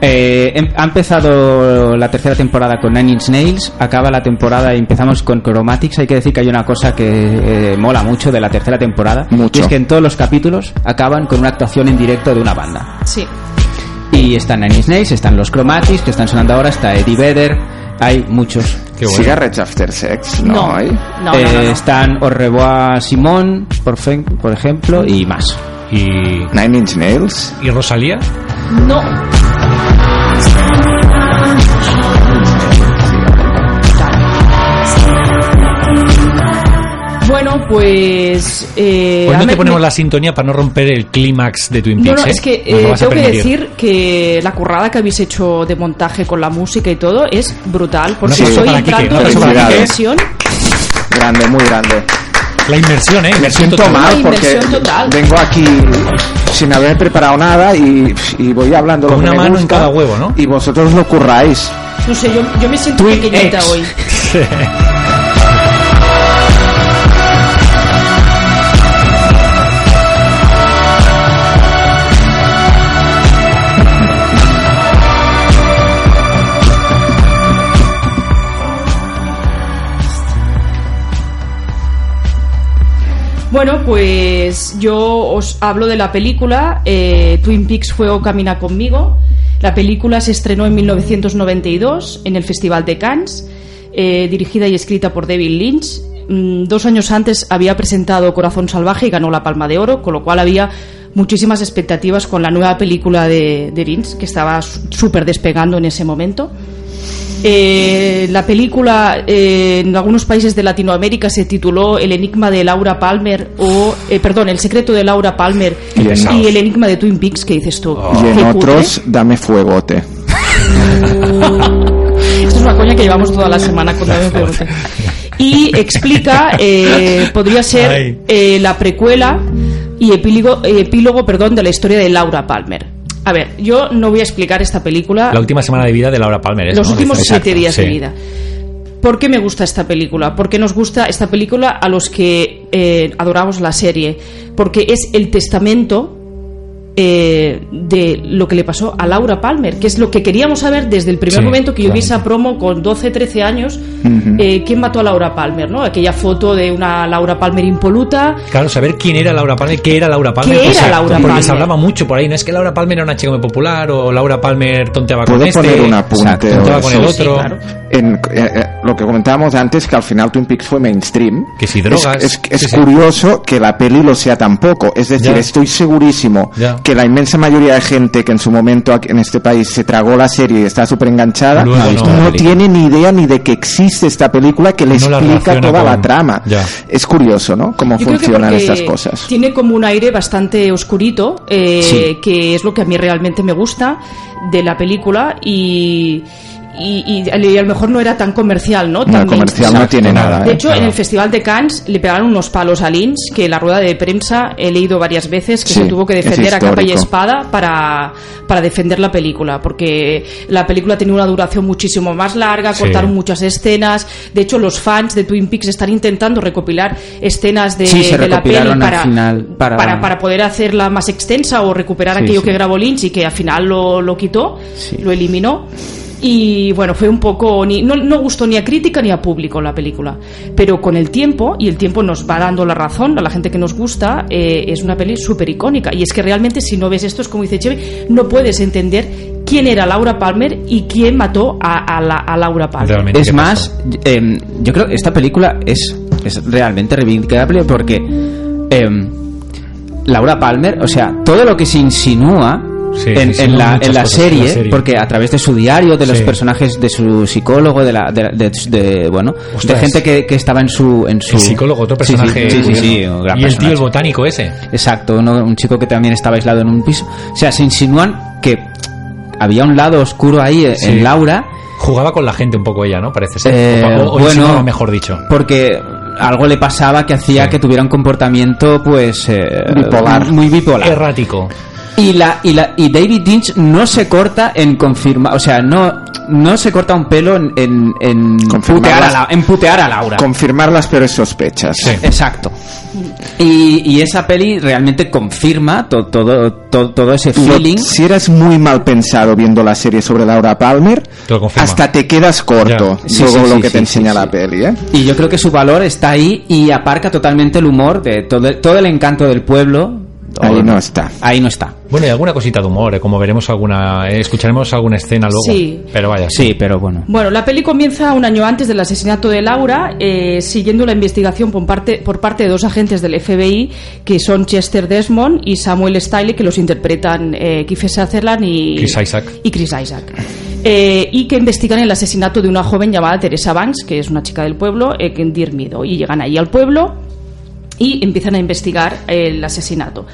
Eh, em- ha empezado la tercera temporada con Nine Inch Nails, acaba la temporada y empezamos con Chromatics. Hay que decir que hay una cosa que eh, mola mucho de la tercera temporada,
Mucho.
y es que en todos los capítulos acaban con una actuación en directo de una banda.
Sí.
Y están Nine Inch Nails, están los Chromatics que están sonando ahora, está Eddie Vedder, hay muchos.
Qué bueno.
Cigarette After Sex, ¿no?
No.
¿eh?
No,
Eh,
no, no, no.
Están Au revoir Simón, por, fe- por ejemplo, y más.
Y,
Nine Inch Nails.
y Rosalía.
No. bueno, pues. Eh,
Hoy no te
Ahmed
ponemos
me-
la sintonía para no romper el clímax de Twin
No,
Peaks.
no,
¿eh?
es que
Nos lo
eh,
vas a
tengo que
permitir.
decir que la currada que habéis hecho de montaje con la música y todo es brutal, porque
aplauso
estoy
para Quique, un
entrando en
aplauso
una
para Quique.
dimensión.
Grande, muy grande.
La inmersión, ¿eh?
Me
Inmersión
siento
total.
mal
La
porque
inmersión total.
vengo aquí sin haber preparado nada y, y voy hablando
Con
lo que
una
me
mano en
gusta
cada huevo, ¿no?
Y vosotros lo curráis.
No sé, yo, yo me siento
Twin
pequeñita
X.
hoy. Bueno, pues yo os hablo de la película eh, Twin Peaks Fuego Camina conmigo. La película se estrenó en 1992 en el Festival de Cannes, eh, dirigida y escrita por David Lynch. Mm, dos años antes había presentado Corazón Salvaje y ganó la Palma de Oro, con lo cual había muchísimas expectativas con la nueva película de, de Lynch, que estaba su- súper despegando en ese momento. Eh, la película eh, en algunos países de Latinoamérica se tituló El enigma de Laura Palmer o eh, perdón, El secreto de Laura Palmer
Qué pesados.
y El enigma de Twin Peaks que dices tú.
Oh.
Oh.
Y en
Qué
otros, dame fuegote.
cutre. Esto es una coña que llevamos toda la semana con David Pegote. Y explica eh, podría ser
Ay.
eh, la precuela y epílogo, eh, epílogo perdón de la historia de Laura Palmer. A ver, yo no voy a explicar esta película.
La última semana de vida de Laura Palmer. ¿es,
los
no?
últimos
Exacto,
siete días de
sí.
vida. ¿Por qué me gusta esta película? ¿Por qué nos gusta esta película a los que eh, adoramos la serie? Porque es el testamento eh, de lo que le pasó a Laura Palmer, que es lo que queríamos saber desde el primer
Sí,
momento que yo vi
claramente.
esa promo con 12, 13 años. eh, ¿Quién mató a Laura Palmer? ¿no? Aquella foto de una Laura Palmer impoluta,
Claro, saber quién era Laura Palmer, qué era Laura Palmer.
¿Qué era
exacto,
Laura
porque
Palmer?
se hablaba mucho por ahí. No es que Laura Palmer era una chica muy popular o Laura Palmer tonteaba con
¿Puedo
este.
poner un apunte?
exacto, tonteaba
o
con
eso?
el otro.
En, eh, eh, lo que comentábamos antes, que al final Twin Peaks fue mainstream.
Que si drogas,
Es, es-
que
es
si-
curioso que la peli lo sea tampoco. Es decir,
Ya.
estoy segurísimo
Ya.
que la inmensa mayoría de gente que en su momento aquí en este país se tragó la serie y está súper enganchada,
Luego no,
no,
la película.
tiene ni idea ni de que existe esta película que le
No la
explica
relaciona
toda la
con-
trama.
Ya.
Es curioso, ¿no? Cómo
Yo creo que
funcionan
porque
estas cosas.
Tiene como un aire bastante oscurito, eh,
Sí.
que es lo que a mí realmente me gusta de la película y. Y, y- y a lo mejor no era tan comercial, ¿no?
No,
Tan
comercial no
mainstream.
tiene nada,
De
¿eh?
hecho,
Claro.
en el Festival de Cannes le pegaron unos palos a Lynch, que en la rueda de prensa he leído varias veces que
Sí,
se tuvo que
es
defender a capa y
histórico.
espada para, para defender la película, porque la película tenía una duración muchísimo más larga,
Sí.
cortaron muchas escenas. De hecho, los fans de Twin Peaks están intentando recopilar escenas de,
sí, se
de la peli
recopilaron
para,
al final para,
para, para poder hacerla más extensa o recuperar
Sí,
aquello
sí.
que grabó Lynch y que al final lo, lo quitó, lo eliminó. Y bueno, fue un poco. Ni, no, no gustó ni a crítica ni a público la película. Pero con el tiempo, y el tiempo nos va dando la razón a la gente que nos gusta, eh, es una peli súper icónica. Y es que realmente, si no ves esto, es como dice Chevy, no puedes entender quién era Laura Palmer y quién mató a, a la- a Laura Palmer.
es más, em, yo creo que esta película es, es realmente reivindicable porque em, Laura Palmer, o sea, todo lo que se insinúa
Sí,
en,
se
en
insinúan
la,
muchas
en la
cosas en
serie,
la serie.
porque a través de su diario, de los
Sí.
personajes, de su psicólogo, de la, de, la- de- de- bueno, de
Ostras.
gente que, que estaba en su, en su
El psicólogo, otro
Sí, sí,
personaje.
sí, sí, sí,
curioso.
un gran
y el tío,
personaje.
el botánico ese.
Exacto, uno- un chico que también estaba aislado en un piso. O sea, se insinúan que había un lado oscuro ahí eh, en
Sí.
Laura.
Jugaba con la gente un poco ella, ¿no? Parece ser.
Eh,
o, o- o
bueno,
insinuaba, mejor dicho.
Porque algo le pasaba que hacía que tuviera un comportamiento, pues. eh,
Bipolar.
Muy bipolar.
Errático.
Y, la, y, la, y David Lynch no se corta en confirmar. O sea, no, no se corta un pelo en, en, en putear, a
las-
la- en putear a Laura.
Confirmar las peores sospechas.
Exacto. Y, y esa peli realmente confirma to- todo, todo, todo ese
Lo-
feeling.
si eras muy mal pensado viendo la serie sobre Laura Palmer,
Te lo confirma.
hasta te quedas corto
Ya. Sí,
luego
sí,
lo
sí,
que
sí,
te enseña
sí,
la
sí.
peli, ¿eh?
Y yo creo que su valor está ahí y aparca totalmente el humor de todo, todo el encanto del pueblo.
Ahí no está.
Ahí no está.
Bueno, y alguna cosita de humor, eh, como veremos alguna. eh, escucharemos alguna escena luego.
Sí.
Pero vaya.
Sí, pero bueno.
Bueno, la peli comienza un año antes del asesinato de Laura, eh, siguiendo la investigación por parte, por parte de dos agentes del FBI, que son Chester Desmond y Samuel Stiley, que los interpretan eh, Kiefer Sutherland y
Chris Isaac.
y Chris Isaac. Eh, y que investigan el asesinato de una joven llamada Teresa Banks, que es una chica del pueblo, eh, que en Deer Meadow. Y llegan ahí al pueblo y empiezan a investigar el asesinato.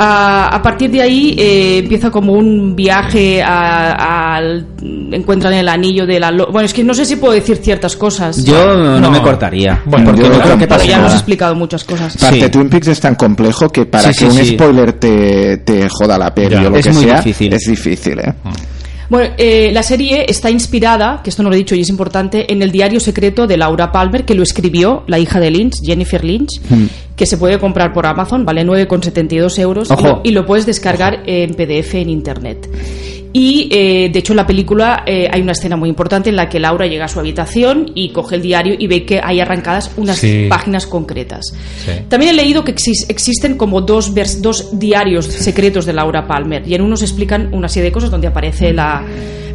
A, a partir de ahí eh, empieza como un viaje a- al- encuentran el anillo de la... lo- Bueno, es que no sé si puedo decir ciertas cosas.
Yo no, me cortaría. porque
yo
no creo que
tampoco.
pase
Ya nos he
nada.
explicado muchas cosas.
Parte Twin Peaks es tan complejo que para
Sí,
que
sí,
un
sí.
spoiler te, te joda la peli
Ya. Mm.
o lo
Es
que
muy
sea,
difícil.
es difícil, ¿eh?
Bueno, eh, la serie está inspirada, que esto no lo he dicho y es importante, en el diario secreto de Laura Palmer, que lo escribió la hija de Lynch, Jennifer Lynch,
Hmm.
que se puede comprar por Amazon, vale 9,72 euros y
Ojo.
lo, y lo puedes descargar en PDF en Internet. Y eh, de hecho en la película eh, hay una escena muy importante en la que Laura llega a su habitación y coge el diario y ve que hay arrancadas unas
Sí.
páginas concretas.
Sí.
También he leído que exis- existen como dos, vers- dos diarios secretos de Laura Palmer y en uno se explican una serie de cosas donde aparece la,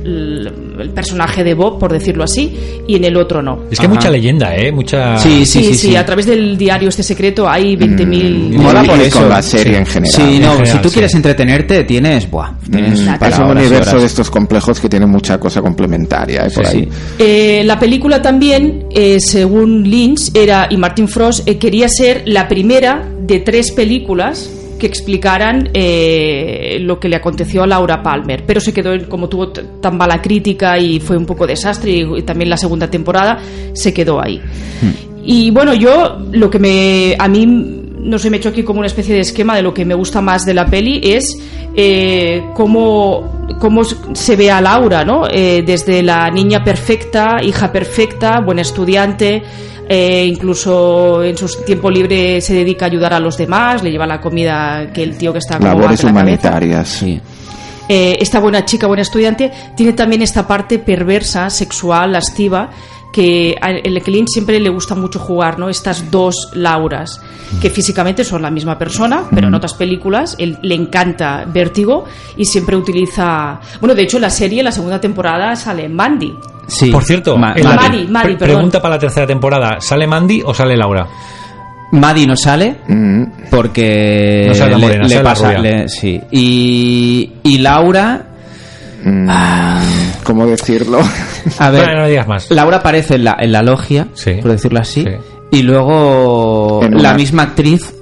l- el, personaje de Bob, por decirlo así, y en el otro no.
Es que mucha leyenda, ¿eh? Mucha...
a través del diario este secreto hay 20.000...
Mola por
Y
eso.
con la serie en general.
Sí,
En
no,
general,
si tú
sí.
quieres entretenerte, tienes. Buah, tienes
Mm,
para
es un
horas y
universo
horas.
de estos complejos que tiene mucha cosa complementaria ¿eh? por ahí.
Eh, la película también, eh, según Lynch era, y Martin Frost, eh, quería ser la primera de tres películas que explicaran eh, lo que le aconteció a Laura Palmer, pero se quedó, en- como tuvo t- tan mala crítica y fue un poco desastre, y, y también la segunda temporada se quedó ahí. Y bueno, yo lo que me. A mí, no sé, me he hecho aquí como una especie de esquema de lo que me gusta más de la peli es eh, cómo, cómo se ve a Laura, ¿no? Eh, desde la niña perfecta, hija perfecta, buena estudiante, eh, incluso en su tiempo libre se dedica a ayudar a los demás, le lleva la comida que el tío que está como
Labores
mal de la cabeza.
humanitarias.
Eh, esta buena chica, buena estudiante, tiene también esta parte perversa, sexual, lasciva, que a el que Lynch siempre le gusta mucho jugar, ¿no? Estas dos Lauras, que físicamente son la misma persona, pero en otras películas él, le encanta Vértigo y siempre utiliza... Bueno, de hecho, la serie, la segunda temporada, sale Mandy.
Sí.
Por cierto,
Ma-
en la-
Mari, Mari,
pre-
perdón.
pregunta para la tercera temporada. ¿Sale Mandy o sale Laura?
Maddy no sale
Mm.
porque
No sale la morena, sale la rubia.
le- sí. Y, y Laura.
Mm.
ah,
¿Cómo decirlo?
A ver,
Bueno, no digas más.
Laura aparece en la, en la logia, por decirlo así, y luego
En
la
una-
misma actriz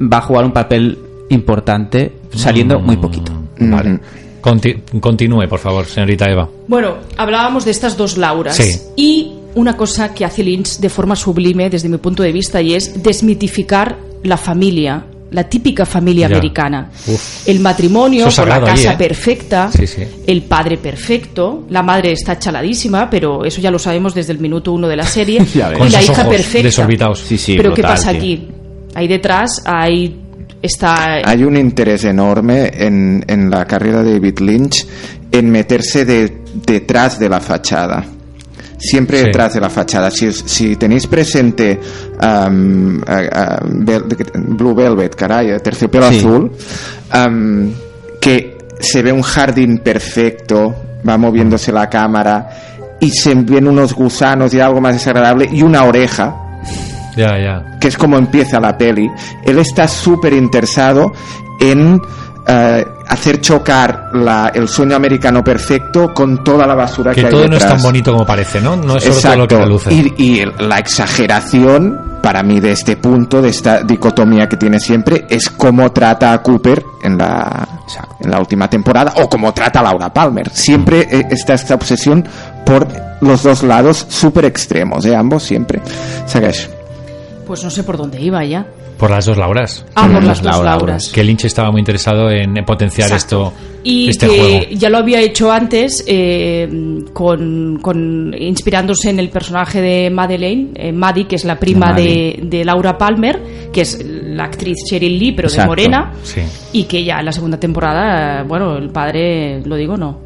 va a jugar un papel importante saliendo muy
Mm.
poquito.
Mm.
Vale. Conti- continúe, por favor, señorita Eva.
Bueno, hablábamos de estas dos Lauras.
Sí.
Y una cosa que hace Lynch de forma sublime desde mi punto de vista y es desmitificar la familia, la típica familia
Ya.
americana.
Uf.
El matrimonio
Eso es
con la
sagrado allí,
casa
¿eh?
perfecta,
Sí, sí.
el padre perfecto, la madre está chaladísima, pero eso ya lo sabemos desde el minuto uno de la serie, y
Con
la
esos
hija
ojos
perfecta.
desorbitados.
pero ¿qué pasa aquí? Ahí detrás hay está
Hay un interés enorme en, en la carrera de David Lynch en meterse de- detrás de la fachada. Siempre
Sí.
detrás de la fachada. Si, os- si tenéis presente am, a- a- Vel- Blue Velvet, caray, terciopelo
Sí.
azul, am, que se ve un jardín perfecto, va moviéndose la cámara y se ven unos gusanos y algo más desagradable y una oreja
Ya, ya.
que es como empieza la peli, él está súper interesado en eh, hacer chocar la- el sueño americano perfecto con toda la basura que,
Que
hay
todo no es
detrás.
tan bonito como parece, ¿no? No es solo todo lo
Exacto.
que reluce.
Y, y el- la exageración, para mí, de este punto, de esta dicotomía que tiene siempre, es cómo trata a Cooper en la, en la última temporada o cómo trata a Laura Palmer. Siempre eh, está esta obsesión por los dos lados súper extremos, de ambos siempre. Sagash.
pues no sé por dónde iba ya.
Por las dos Lauras.
Ah, por las dos Lauras.
Que Lynch estaba muy interesado en potenciar
Exacto.
esto,
y
este
que
juego.
ya lo había hecho antes eh, con, con- inspirándose en el personaje de Madeleine, eh, Maddie, que es la prima
Maddie.
de, de Laura Palmer, que es la actriz Cheryl Lee, pero de
Exacto.
Morena,
Sí.
y que ya en la segunda temporada, eh, bueno, el padre, lo digo, no.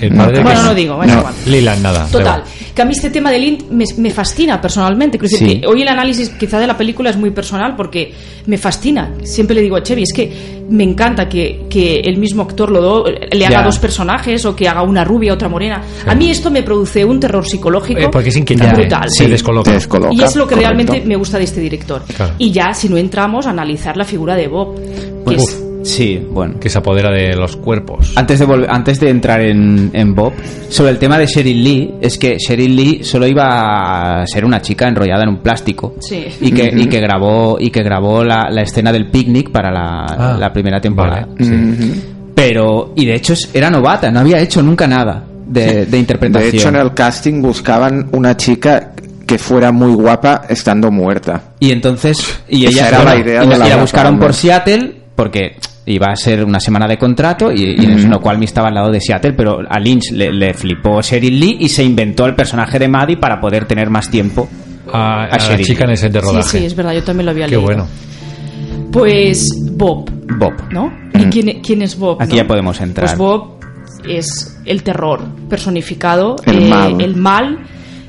El padre de-
Bueno, no digo, bueno, igual.
Leland, nada. da
Total,
igual.
que a mí este tema de Lind me, me fascina personalmente. Quiero decir
Sí.
que hoy el análisis quizá de la película es muy personal porque me fascina. Siempre le digo a Chevy, es que me encanta que, que el mismo actor lo do- le haga
Ya.
dos personajes o que haga una rubia, otra morena. A mí esto me produce un terror psicológico
Eh, porque es inquietante.
brutal.
Se descoloca.
y es lo que realmente me gusta de este director.
Claro.
Y ya, si no entramos, a analizar la figura de Bob, que
Pues,
es
Sí, bueno.
Que se apodera de los cuerpos.
Antes de, volver- antes de entrar en, en Bob, sobre el tema de Sheryl Lee, es que Sheryl Lee solo iba a ser una chica enrollada en un plástico.
Sí.
Y que, y que grabó, y que grabó la, la escena del picnic para la,
Ah,
la primera temporada. Mm. Ujú. Pero, y de hecho es- era novata, no había hecho nunca nada de, de
De
interpretación.
hecho, en el casting buscaban una chica que fuera muy guapa estando muerta.
Y entonces, y
Esa
ella
era la idea de
y la, y la
Laura
buscaron
Palmer.
por Seattle porque iba a ser una semana de contrato y, y en
Ujú.
lo cual me estaba al lado de Seattle, pero a Lynch le, le flipó Sheryl Lee y se inventó el personaje de Maddie para poder tener más tiempo
a, la
Sheryl
chica en el set de rodaje.
Sí, sí, es verdad, yo también lo había
Qué
leído.
bueno.
Pues Bob,
Bob.
¿no? ¿Y quién, e, quién es Bob?
Mm. Aquí
no?
ya podemos entrar.
Pues Bob es el terror personificado,
El
eh,
mal.
el mal,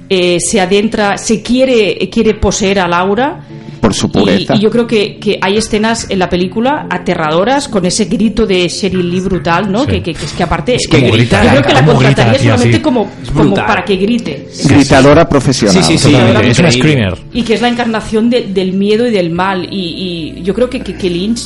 eh, se adentra, se quiere, quiere poseer a Laura.
Por su
Y,
pureza.
y yo creo que, que hay escenas en la película aterradoras con ese grito de Sheryl Lee brutal, ¿no?
Sí.
Que, que, que es que aparte.
Es que
yo
grita,
creo que la
¿cómo grita
contrataría
la tía
solamente
así?
como,
Es
como
brutal.
para que grite.
Gritadora profesional.
Sí, sí, sí. Totalmente, es una screamer.
Y que es la encarnación de- del miedo y del mal. Y, y yo creo que, que, que Lynch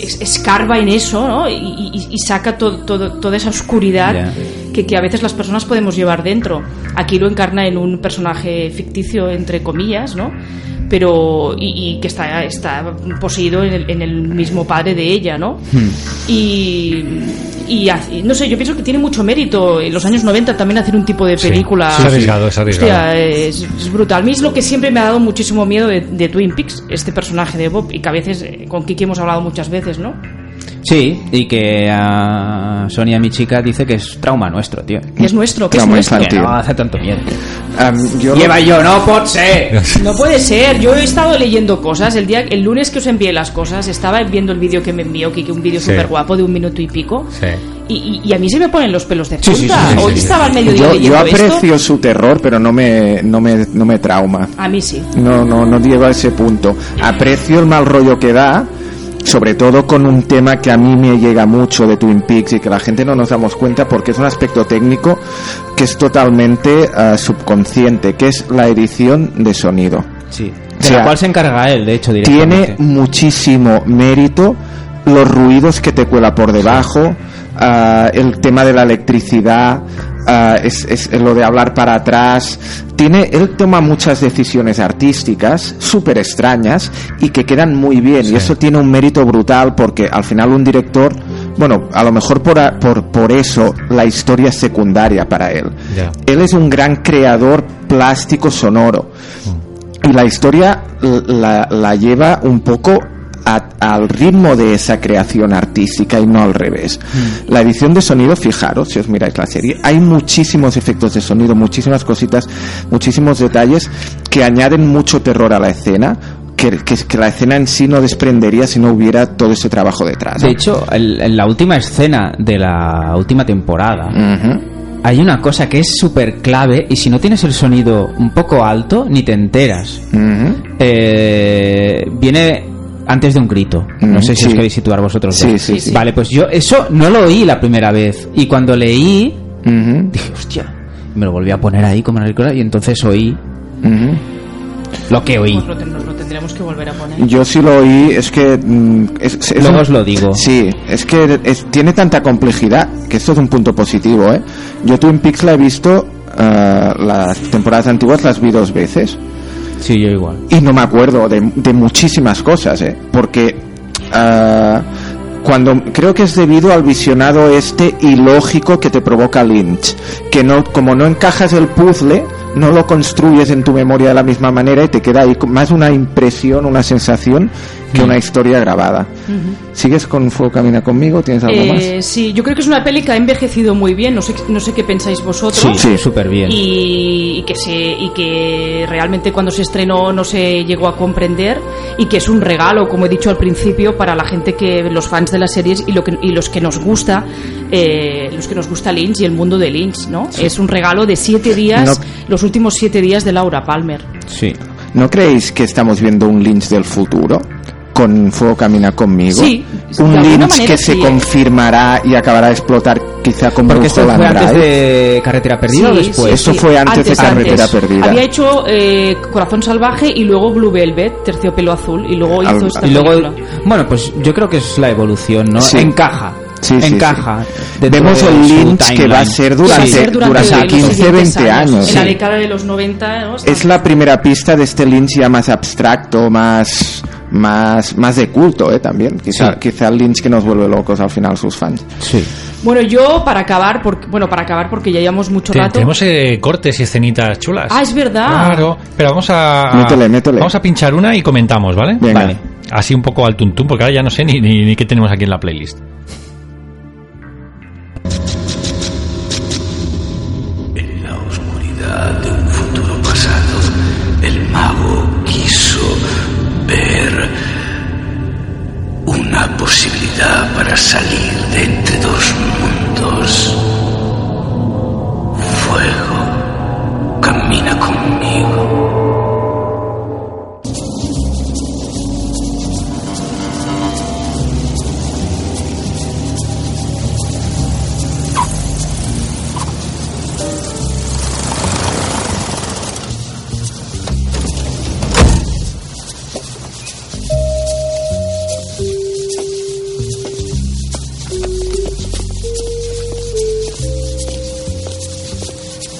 es- escarba en eso, ¿no? Y, y- y saca to- todo- toda esa oscuridad
Ya.
que, que a veces las personas podemos llevar dentro. Aquí lo encarna en un personaje ficticio, entre comillas, ¿no? Pero. Y, y que está, está poseído en el, en el mismo padre de ella, ¿no?
Hmm.
Y. Y hace- no sé, yo pienso que tiene mucho mérito en los años 90 también hacer un tipo de
Sí.
película.
Es arriesgado, es arriesgado.
Hostia, Eh, es, es brutal. A mí es lo que siempre me ha dado muchísimo miedo de, de Twin Peaks, este personaje de Bob, y que a veces eh, con Kiki hemos hablado muchas veces, ¿no?
Sí, y que ah, Sonia, mi chica, dice que es trauma nuestro, tío.
Es nuestro, que es
Trauma
nuestro.
infantil. Que no hace tanto miedo.
yo-
Lleva yo, no por ser.
No puede ser, yo he estado leyendo cosas. El día el lunes que os envié las cosas, estaba viendo el vídeo que me envió Kiki, un vídeo
Sí.
súper guapo de un minuto y pico. Y, y- y a mí se me ponen los pelos de punta.
Sí, sí, sí, sí,
Hoy
sí.
estaba al mediodía
Yo, yo
leyendo esto.
aprecio su terror, pero no me, no me, no me trauma.
A mí sí.
No, no, no llego a ese punto. Aprecio el mal rollo que da, sobre todo con un tema que a mí me llega mucho de Twin Peaks y que la gente no nos damos cuenta porque es un aspecto técnico que es totalmente eh, subconsciente, que es la edición de sonido.
Sí.
O
De
sea,
la cual se encarga él, de hecho, directamente.
Tiene muchísimo mérito los ruidos que te cuela por debajo, ah, el tema de la electricidad, ah, es, es lo de hablar para atrás. Tiene, él toma muchas decisiones artísticas súper extrañas y que quedan muy bien. Y eso tiene un mérito brutal porque al final un director, bueno, a lo mejor por, a- por, por eso la historia es secundaria para él.
Ya.
Él es un gran creador plástico sonoro. Y la historia l- la, la lleva un poco a- al ritmo de esa creación artística y no al revés.
Mm.
La edición de sonido, fijaros, si os miráis la serie, hay muchísimos efectos de sonido, muchísimas cositas, muchísimos detalles que añaden mucho terror a la escena. Que, que, que la escena en sí no desprendería si no hubiera todo ese trabajo detrás.
De hecho, el- en la última escena de la última temporada,
Mm.
hay una cosa que es súper clave y si no tienes el sonido un poco alto, ni te enteras. Eh, viene antes de un grito. No
Ujú,
sé si os
Mm, sí.
queréis situar vosotros.
Sí,
dos.
sí, sí.
Vale, pues yo eso no lo oí la primera vez. Y cuando leí, dije, hostia, me lo volví a poner ahí como en el cola y entonces oí lo que oí.
Pues lo, ten- lo tendremos que volver a poner.
Yo sí lo oí, es que... mm, es- es- es
Luego
un-
os lo digo.
Sí, es que es- tiene tanta complejidad, que esto es un punto positivo, ¿eh? Yo Twin Peaks la he visto, eh, las temporadas antiguas las vi dos veces.
Sí, yo igual.
Y no me acuerdo de, de muchísimas cosas, ¿eh? Porque... eh, cuando creo que es debido al visionado este ilógico que te provoca Lynch, que no como no encajas el puzzle, no lo construyes en tu memoria de la misma manera y te queda ahí con- más una impresión, una sensación que una historia grabada. ¿Sigues con Fuego Camina conmigo? ¿Tienes algo más?
Eh, sí, yo creo que es una peli que ha envejecido muy bien. No sé, no sé qué pensáis
Sí,
vosotros.
súper bien.
Y, y que se, y que realmente cuando se estrenó no se llegó a comprender y que es un regalo, como he dicho al principio, para la gente que los fans de las series y, lo que, y los que nos gusta, eh, los que nos gusta Lynch y el mundo de Lynch, ¿no?
Sí.
Es un regalo de siete días, los últimos siete días de Laura Palmer.
Sí.
¿No creéis que estamos viendo un Lynch del futuro? Con Fuego Camina conmigo.
Sí, de
un
alguna
Lynch
manera
que
sí,
se
¿eh?
confirmará y acabará de explotar, que quizá con
Porque esto fue
Mulholland
antes
Drive.
de Carretera Perdida o
Sí,
después.
sí,
Eso
sí.
fue antes de Carretera Perdida.
Había hecho eh, Corazón Salvaje y luego Blue Velvet, Terciopelo Azul, y luego hizo esta
y luego,
película.
bueno, pues yo creo que es la evolución, ¿no?
Sí.
Encaja.
Sí, sí,
encaja.
sí.
dentro
Vemos
de
el
su
Lynch que
timeline.
va a ser durante-
Va a ser
durante
los
15,
siguientes
20 años.
En la
Sí.
década de los 90, ¿no?
Es la primera pista de este Lynch ya más abstracto, más más más de culto, ¿eh? También. Quizá, quizá el Lynch que nos vuelve locos al final sus fans.
Sí.
Bueno, yo para acabar, porque, bueno, para acabar porque ya llevamos mucho
Te-
rato.
tenemos eh, cortes y escenitas chulas.
Ah, es verdad.
Claro, pero vamos a.
Métele, métele.
Vamos a pinchar una y comentamos, ¿vale?
Venga.
Vale. Así un poco al tuntún, porque ahora ya no sé ni, ni, ni qué tenemos aquí en la playlist.
En la oscuridad de un futuro pasado, el mago quiso ver una posibilidad para salir de entre dos mundos. Fuego, camina conmigo.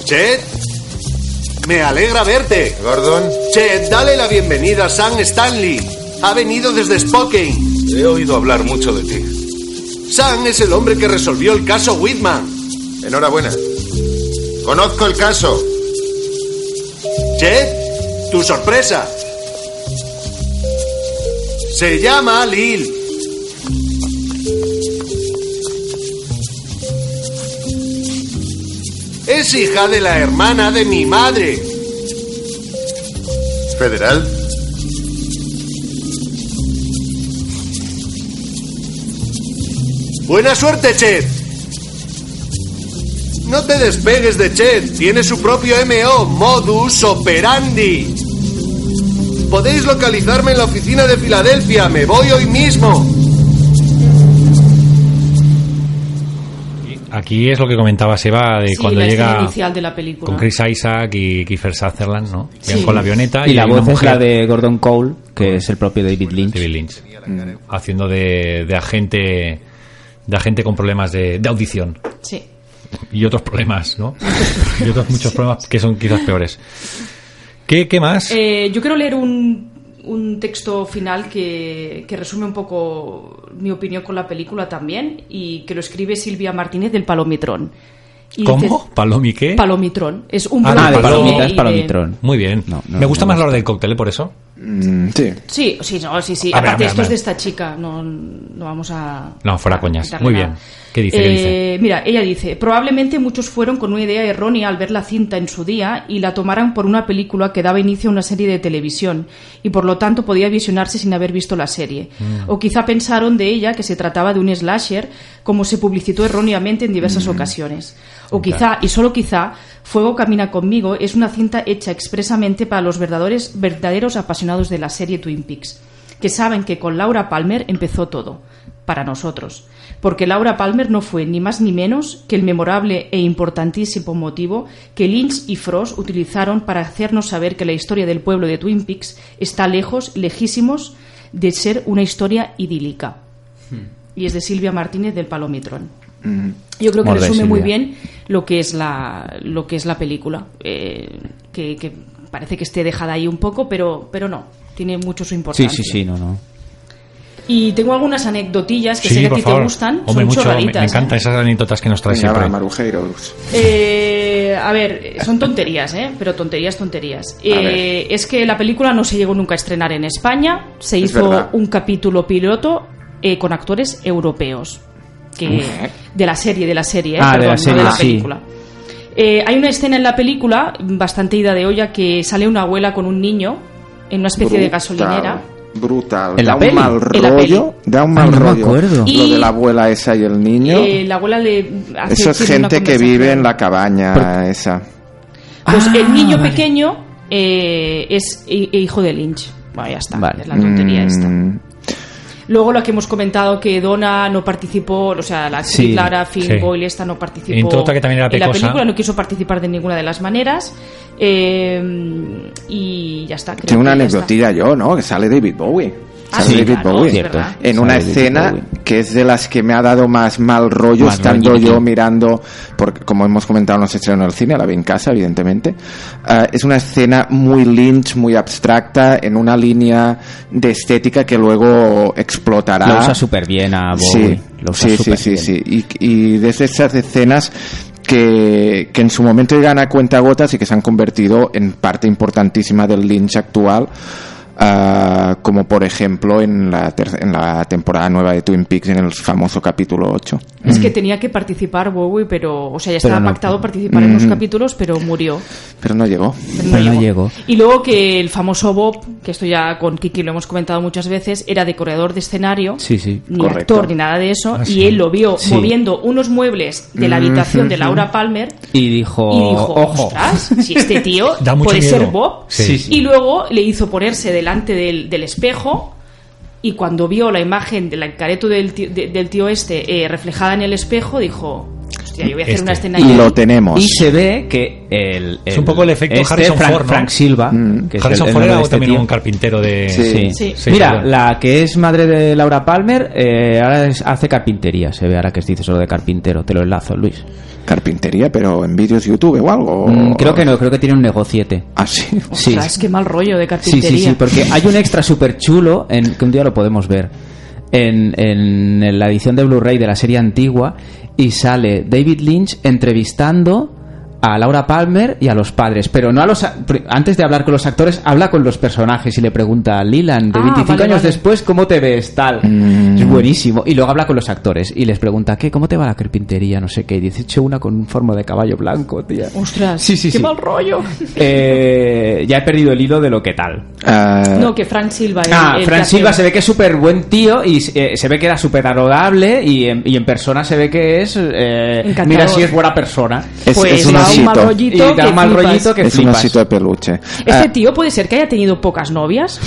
Chet, me alegra verte. Gordon. Chet, dale la bienvenida a Sam Stanley. Ha venido desde Spokane. He oído hablar mucho de ti. Sam es el hombre que resolvió el caso Whitman. Enhorabuena. Conozco el caso. Chet, tu sorpresa. Se llama Lil. Es hija de la hermana de mi madre. ¿Federal? Buena suerte, Chet. No te despegues de Chet. Tiene su propio MO, Modus Operandi. Podéis localizarme en la oficina de Filadelfia. Me voy hoy mismo.
Aquí es lo que comentaba Seba de
Sí,
eh, cuando
la escena
llega
inicial de la película.
con Chris Isaac y Kiefer Sutherland, ¿no? Llegan
Sí.
con la avioneta
Y, la
hay una
voz es la
mujer
de Gordon Cole, que es el propio David Lynch.
haciendo de, de agente de agente con problemas de, de audición
Sí.
y otros problemas, ¿no? y otros muchos problemas que son quizás peores. ¿Qué, qué más?
Eh, yo quiero leer un, un texto final que, que resume un poco mi opinión con la película también y que lo escribe Silvia Martínez del Palomitrón. Y
¿Cómo? ¿Palomi qué?
dice- Palomitrón. Es un
Ah,
programa
de
de-
palomitas,
de-
palomitrón. Muy bien. me gusta más la hora del cóctel, ¿eh? por eso.
sí.
Sí, sí, no, sí, sí.
A ver,
Aparte,
a ver, a
esto
ver.
es de esta chica. No, no vamos a.
No, fuera coñas.
quitarle
Muy
nada.
bien. ¿Qué dice? ¿Qué
Eh,
dice?
Mira, ella dice, probablemente muchos fueron con una idea errónea al ver la cinta en su día y la tomaran por una película que daba inicio a una serie de televisión y por lo tanto podía visionarse sin haber visto la serie.
Mm.
O quizá pensaron de ella que se trataba de un slasher como se publicitó erróneamente en diversas
Mm.
ocasiones.
Claro.
O quizá, y solo quizá, Fuego Camina conmigo es una cinta hecha expresamente para los verdaderos, verdaderos apasionados de la serie Twin Peaks, que saben que con Laura Palmer empezó todo, para nosotros. Porque Laura Palmer no fue ni más ni menos que el memorable e importantísimo motivo que Lynch y Frost utilizaron para hacernos saber que la historia del pueblo de Twin Peaks está lejos, lejísimos, de ser una historia idílica. Y es de Silvia Martínez del Palomitrón. Yo creo que
Molt bé,
resume muy
Silvia.
bien lo que es la, lo que es la película. Eh, que, que parece que esté dejada ahí un poco, pero, pero no. Tiene mucho su
Sí,
importancia.
sí, sí, no, no.
Y tengo algunas anecdotillas que sé que a ti te gustan.
Hombre,
Son ¿eh?
mucho. Me,
chorraditas,
me encantan esas anécdotas que nos trae
Venga, va,
pues siempre.
Marujeiros.
Eh, a ver, eh, son tonterías, ¿eh? Pero tonterías, tonterías. Eh, es que la película no se llegó nunca a estrenar en España. Se
Es
hizo
verdad.
un capítulo piloto eh, con actores europeos. Que,
Uf.
de la serie, de la serie, ¿eh?
Ah, de
Perdón,
la
no
serie, sí.
película. Eh, hay una escena en la película, bastante ida de olla, que sale una abuela con un niño en una especie de gasolinera.
Brutal.
¿En la
da un
peli?
mal
En la peli.
rollo. Da un mal
no me
rollo.
acuerdo.
Lo
Y-
de la abuela esa y el niño.
Eh, la abuela le hace
Eso es
tiene una
gente que
conversación.
vive en la cabaña esa.
Pues
Ah,
el niño pequeño eh, es hi- hijo de Lynch. Bueno, ya está. Es la tontería
Mm,
esta. Luego la que hemos comentado que Donna no participó, o sea, la actriz
Sí,
Lara Finn
sí.
Boyle esta no participó
Entró otra que también era
en la
pecosa.
película, no quiso participar de ninguna de las maneras. Eh, y ya está. creo
Tengo una
que ya está.
anecdotilla yo, ¿no? Que sale David Bowie.
Ah,
Sale
sí,
David
claro,
Bowie
es verdad.
en una
Sale David
escena
Bowie.
que es de las que me ha dado más mal rollo
Mal
estando
rollito.
yo mirando, porque como hemos comentado no se estrenó en el cine, la vi en casa evidentemente. Ah, es una escena muy lynch, muy abstracta, en una línea de estética que luego explotará.
Lo usa súper bien a Bowie.
Sí,
Lo
sí,
usa
sí,
súper
sí,
bien.
sí. Y, y desde esas escenas que, que en su momento llegan a cuentagotas y que se han convertido en parte importantísima del Lynch actual, ah, como por ejemplo en la, ter- en la temporada nueva de Twin Peaks, en el famoso capítulo 8.
Es
Mm.
que tenía que participar Bowie, pero, o sea, ya
Pero
estaba
no.
pactado participar en los
Mm.
capítulos, pero murió.
Pero no llegó.
Pero no Pero no llegó. Y luego que el famoso Bob, que esto ya con Kiki lo hemos comentado muchas veces, era decorador de escenario,
Sí, sí.
ni actor ni nada de eso,
Ah,
y
sí.
él lo vio
Sí.
moviendo unos muebles de la
Mm,
habitación de
mm,
Laura Palmer.
Y dijo,
Y dijo,
Oh, ojo.
ostras, si este tío
Da mucho
puede
miedo.
ser Bob.
Sí, sí.
Y luego le hizo ponerse delante del, del espejo y cuando vio la imagen del encareto del tío, de- del tío este eh, reflejada en el espejo, dijo, hostia, yo voy a hacer
Este.
una escena
Y
ahí".
lo tenemos.
Y se ve que el,
Es un poco el efecto
este
Harrison
Frank,
Ford, ¿no?
Frank Silva,
Mm.
que es
Harrison
el- el
Ford
nombre
era
de este
también
tío.
un carpintero de...
Sí. Mira, la que es madre de Laura Palmer eh, ahora es- hace carpintería. Se ve ahora que se dice solo de carpintero. Te lo enlazo, Luis.
Carpintería, pero en vídeos YouTube o algo.
Mm, creo que no, creo que tiene un negociete.
Ah, sí.
Sí.
Ostras, qué mal rollo de
Sí,
carpintería.
sí, sí, porque hay un extra súper chulo en, que un día lo podemos ver en, en- en la edición de Blu-ray de la serie antigua y sale David Lynch entrevistando a Laura Palmer y a los padres, pero no a los a- pr- antes de hablar con los actores habla con los personajes y le pregunta a Leland de
Ah,
25
vale,
años
vale. Mm.
después cómo te ves tal es buenísimo y luego habla con los actores y les pregunta qué cómo te va la carpintería no sé qué y dice "He hecho una con un forma de caballo blanco tía
Ostras,
sí sí
qué
sí
mal rollo.
Eh, ya he perdido el hilo de lo que tal
Ah, Eh.
No, que Frank Silva. el-
Ah,
el que
Fran
hace-
Silva se ve que es súper buen tío y eh, se ve que era súper adorable y en, y en persona se ve que es... eh,
Encantador.
mira si es buena persona.
Es- Pues es un da un osito. mal rollito
Y da
que
un mal
flipas.
rollito que
es un
flipas.
osito de peluche.
Este tío puede ser que haya tenido pocas novias.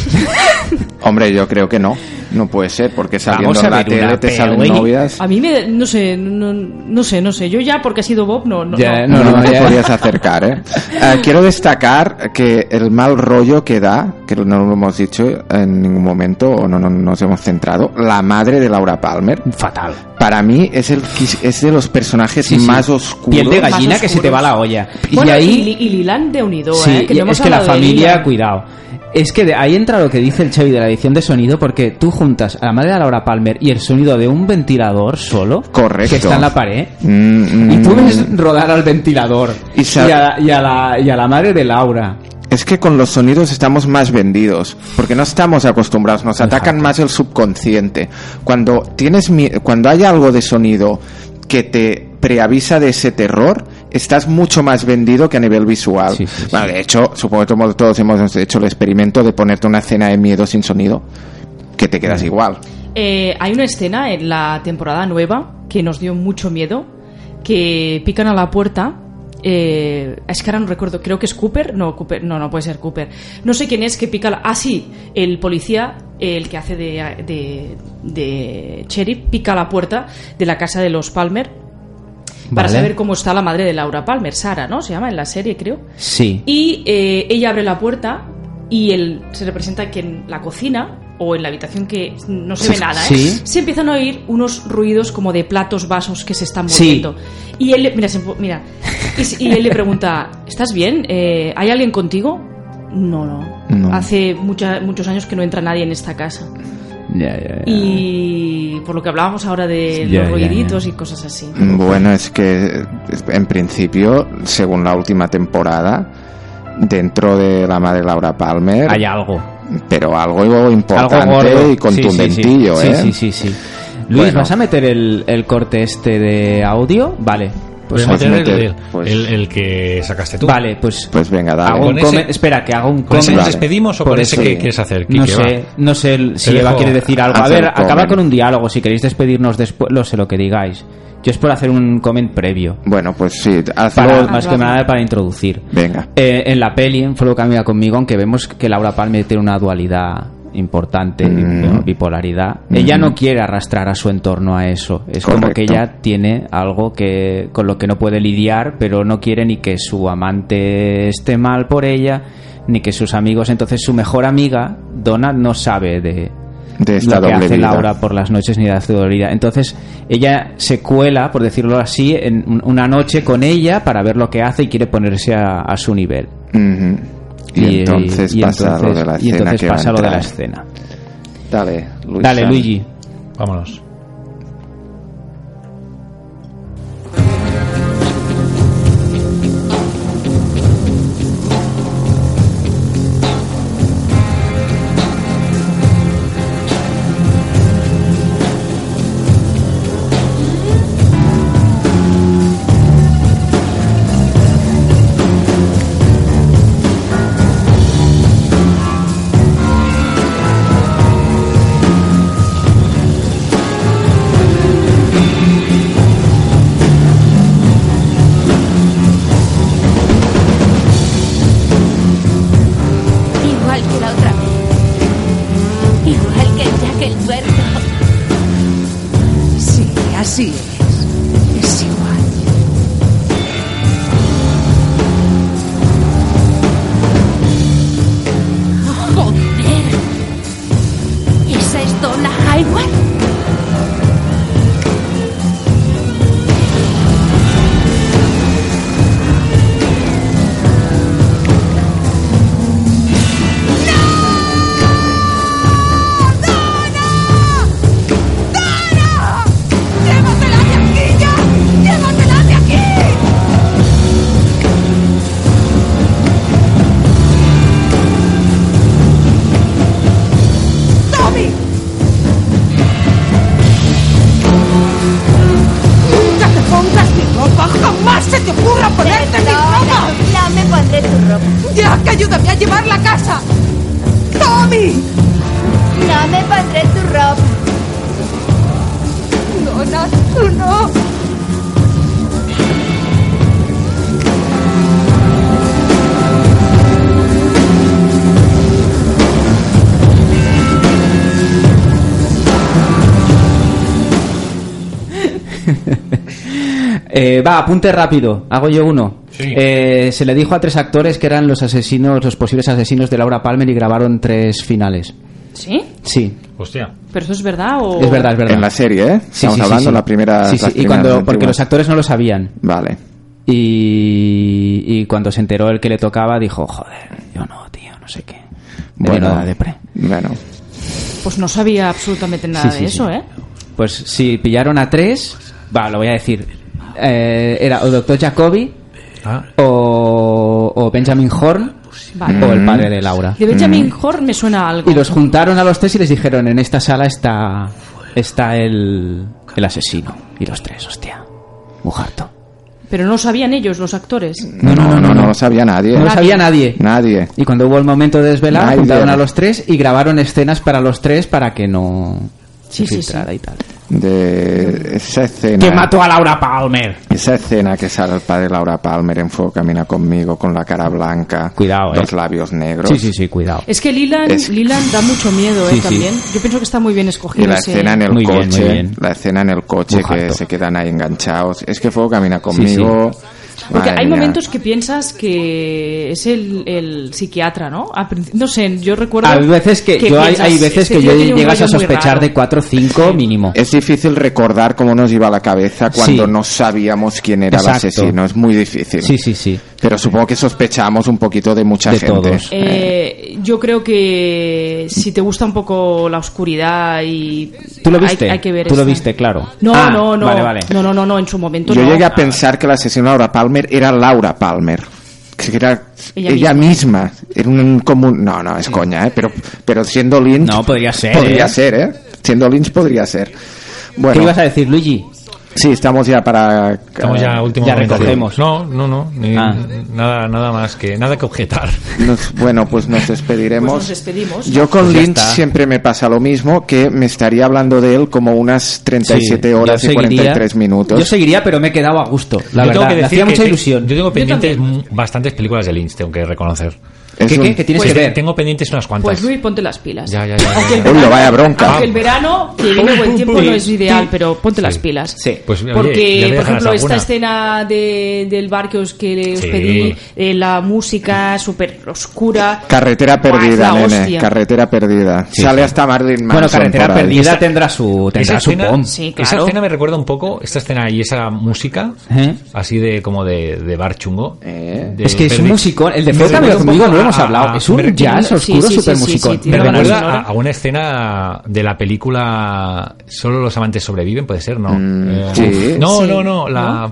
Hombre, yo creo que no. No puede ser, porque saliendo
Vamos a
en la
ver
tele
una
te salen
peli.
novias.
A mí me. No sé, no, no sé, no sé. Yo ya, porque ha sido Bob, no. no,
Ya,
no.
Eh, no, no, te
ya.
podías acercar, ¿eh? Eh, quiero destacar que el mal rollo que da, que no lo hemos dicho en ningún momento o no, no- nos hemos centrado, la madre de Laura Palmer.
Fatal.
Para mí es, el, es de los personajes
Sí, sí.
más oscuros.
Piel de gallina que se te va la olla.
Bueno,
y ahí...
y, Li- y Lilan de unido,
Sí,
¿eh? Que no hemos
es que la
hablado de
familia,
Lilan.
cuidado. Es que de ahí entra lo que dice el Chevy de la edición de sonido, porque tú juntas a la madre de Laura Palmer y el sonido de un ventilador solo,
Correcto.
que está en la pared,
Mm, mm,
y tú ves rodar al ventilador
Y sa-
y a la- y a la- y a la madre de Laura.
Es que con los sonidos estamos más vendidos, porque no estamos acostumbrados, nos atacan más el subconsciente. Cuando tienes mi- cuando hay algo de sonido que te preavisa de ese terror, estás mucho más vendido que a nivel visual. Bueno, de hecho, supongo que tomo- todos hemos hecho el experimento de ponerte una escena de miedo sin sonido, que te quedas igual.
Eh, hay una escena en la temporada nueva que nos dio mucho miedo, que pican a la puerta. eh, es que ahora no recuerdo, creo que es Cooper. No, Cooper, no, no puede ser Cooper. No sé quién es que pica. La, ah, sí, el policía, el que hace de, de, de sheriff, pica a la puerta de la casa de los Palmer para
Vale.
saber cómo está la madre de Laura Palmer, Sara, ¿no? Se llama en la serie, creo.
Sí.
Y eh, ella abre la puerta y él se representa que en la cocina o en la habitación que no se ve nada, ¿eh?
Sí.
se empiezan a oír unos ruidos como de platos, vasos que se están
Sí.
moviendo. Y él, le- mira, se empo- mira. Y, se- y él le pregunta, ¿estás bien? Eh, ¿Hay alguien contigo? No, no.
No.
Hace mucha- muchos años que no entra nadie en esta casa.
Ya, ya, ya.
Y por lo que hablábamos ahora de
Ya, ya,
los ruiditos y cosas así.
Mm.
Bueno, es que en principio, según la última temporada, dentro de la madre Laura Palmer
Hay algo.
pero algo importante y contundentillo,
sí, sí,
¿eh?
Sí, sí, sí. Luis,
Bueno.
¿vas a meter el, el corte este de audio? Vale.
Pues
vamos a
meter el, el- el que sacaste tú.
Vale, pues...
Pues venga, dale.
Hago un
Con ese-
come- Espera, que hago un
¿Con ese
come-
nos despedimos o
Por
con ese
eso-
que quieres hacer,
No
Quique?
sé,
Va.
no sé el-
Te
si Eva
dejo
quiere decir algo. A
hacer
ver,
comment.
acaba con un diálogo. Si queréis despedirnos después, lo sé lo que digáis. Yo es por hacer un comment previo.
Bueno, pues sí, hazlo.
Para- más que nada para introducir.
Venga.
Eh, en la peli, en Follow Camina conmigo, aunque vemos que Laura Palmer tiene una dualidad importante, bueno, bipolaridad. Ella no quiere arrastrar a su entorno a eso. Es como
Correcto.
que ella tiene algo que con lo que no puede lidiar, pero no quiere ni que su amante esté mal por ella, ni que sus amigos. Entonces su mejor amiga, Donna, no sabe de,
De esta
lo que
doble
hace
vida.
Laura por las noches ni de hace doble vida. Entonces ella se cuela, por decirlo así, en un- una noche con ella para ver lo que hace y quiere ponerse a- a su nivel
Ujú. Y, entonces
y
pasa
entonces-
lo de la
y
escena.
entonces
que va a
pasa lo de la
entrar.
escena.
Dale, Luis.
Dale, Luigi.
Vámonos.
Igual que la otra vez. Igual que Jack el tuerto. Sí, así es. Es igual. ¡Joder! ¿Esa es Donna Hayward?
¡Nunca te pongas mi ropa! ¡Jamás se te ocurra ponerte mi ropa!
Ya me pondré tu ropa.
¡Jack, ayúdame a llevarla a casa! ¡Tommy!
No me pondré tu ropa.
No, Nat, tú no.
Eh, va, apunte rápido. Hago yo uno. Eh, se le dijo a tres actores que eran los asesinos, los posibles asesinos de Laura Palmer y grabaron tres finales.
¿Sí?
Sí,
Hostia.
¿Pero eso es verdad o...?
es verdad, es verdad.
En la serie, ¿eh? Estamos hablando de la primera-
Sí, sí,
las
y
primeras
cuando, porque
antiguas.
los actores no lo sabían.
Vale.
Y, y cuando se enteró el que le tocaba, dijo, joder, yo no, tío, no sé qué. De verdad, de pre.
Bueno.
Pues no sabía absolutamente nada
Sí, sí,
de eso,
sí.
¿eh?
Pues sí, pillaron a tres. Va, lo voy a decir. Eh, era o Dr. Jacobi
Ah.
o, o Benjamin Horn
Vale.
o el padre de Laura.
De Benjamin Horn me suena a algo.
Mm. Y los juntaron a los tres y les dijeron, en esta sala está, está el, el asesino. Y los tres, hostia. Mujerto.
Pero no sabían ellos, los actores.
No, no, no, no, lo sabía nadie. ¿eh?
No lo sabía nadie.
Nadie.
Y cuando hubo el momento de desvelar,
Nadie.
juntaron a los tres y grabaron escenas para los tres para que no se
Sí, sí, sí.
filtrara y tal.
De esa escena.
Que mató a Laura Palmer.
Esa escena que sale el padre Laura Palmer en Fuego Camina conmigo con la cara blanca.
Cuidado, eh.
Los labios negros.
Sí, sí, sí, cuidado.
Es que Lilan,
Es-
Lilan da mucho miedo, ¿eh?
Sí, sí.
También. Yo pienso que está muy bien escogido
Y la
ese-
escena en el
Muy bien, muy
coche,
bien.
la escena en el coche
Bujardo.
que se quedan ahí enganchados. Es que Fuego camina conmigo.
Porque
Madre
hay
mía.
momentos que piensas que es el, el psiquiatra, ¿no? Al principio- no sé, yo recuerdo...
Hay veces que, yo hay,
piensas,
hay veces
"Este
que
tío
yo
tiene un
llegas a
rollo muy
sospechar
raro".
de 4 o 5 mínimo.
Es difícil recordar cómo nos iba la cabeza cuando
Sí.
no sabíamos quién era
Exacto.
el asesino. Es muy difícil.
Sí, sí, sí.
Pero supongo que sospechamos un poquito de mucha
De
gente.
todos.
Eh, yo creo que si te gusta un poco la oscuridad y...
¿Tú lo
hay-
viste?
Hay, que ver
Tú lo
esta.
viste, claro.
No,
Ah,
no, no.
Vale, vale.
No, no, no, no, en su momento
Yo
no.
llegué a pensar que la asesina Laura Palmer era Laura Palmer. Que era
Ella
ella, misma. Era un común. No, no, es coña, ¿eh? Pero, pero siendo Lynch.
No, podría ser.
Podría
¿eh?
ser, ¿eh? Siendo Lynch podría ser. Bueno,
¿Qué ibas a decir, Luigi?
sí, estamos ya para... eh,
Estamos ya a último
Ah, Ya
momento.
recogemos.
No, no, no. ni-
Ah.
Nada, nada más que nada que objetar.
Nos- bueno, pues nos
Pues
despediremos.
nos despedimos.
Yo con
Pues ya
Lynch
está.
siempre me pasa lo mismo, que me estaría hablando de él como unas 37
Sí,
horas
yo
y
seguiría-
43 minutos.
Yo seguiría, pero me he quedado a gusto. La
Yo
verdad,
tengo que
me
decir
hacía
que
mucha
te-
ilusión.
Yo tengo pendientes mu- bastantes películas de Lynch, tengo que reconocer.
Es
¿Qué,
un-
qué? ¿Qué tienes
Pues
que
te-
ver?
Tengo pendientes unas cuantas.
Pues Luis, ponte las pilas.
Ya, ya, ya, ya.
Aunque el
Uy,
verano,
vaya bronca.
Ah,
aunque el verano, que viene buen tiempo, no es ideal, pero ponte las pilas.
Sí. Pues, oye, ya
Porque,
me
por
dejarás
ejemplo, esta
alguna.
escena de- del bar que os, que os
Sí.
pedí, eh, la música súper oscura.
Carretera
Buah, es
perdida,
la
nene.
hostia.
Carretera perdida. Sale hasta Marilyn Manson.
Bueno, Carretera
por ahí.
Perdida tendrá su,
Esa
tendrá su
escena,
pom.
esa escena me recuerda un poco, esta escena y esa música,
¿Eh?
así de como de, de bar chungo. de-
Es que es
pero-
un musicón. El de
me
Fred
recuerda
Camilo
un
conmigo
poco
no lo hemos
a-
hablado.
a-
Es un
me-
jazz oscuro súper musicón.
me recuerda a, a una escena de la película Solo los amantes sobreviven, puede ser, ¿no?
Mm,
Eh,
sí.
No,
Sí.
no, no. La,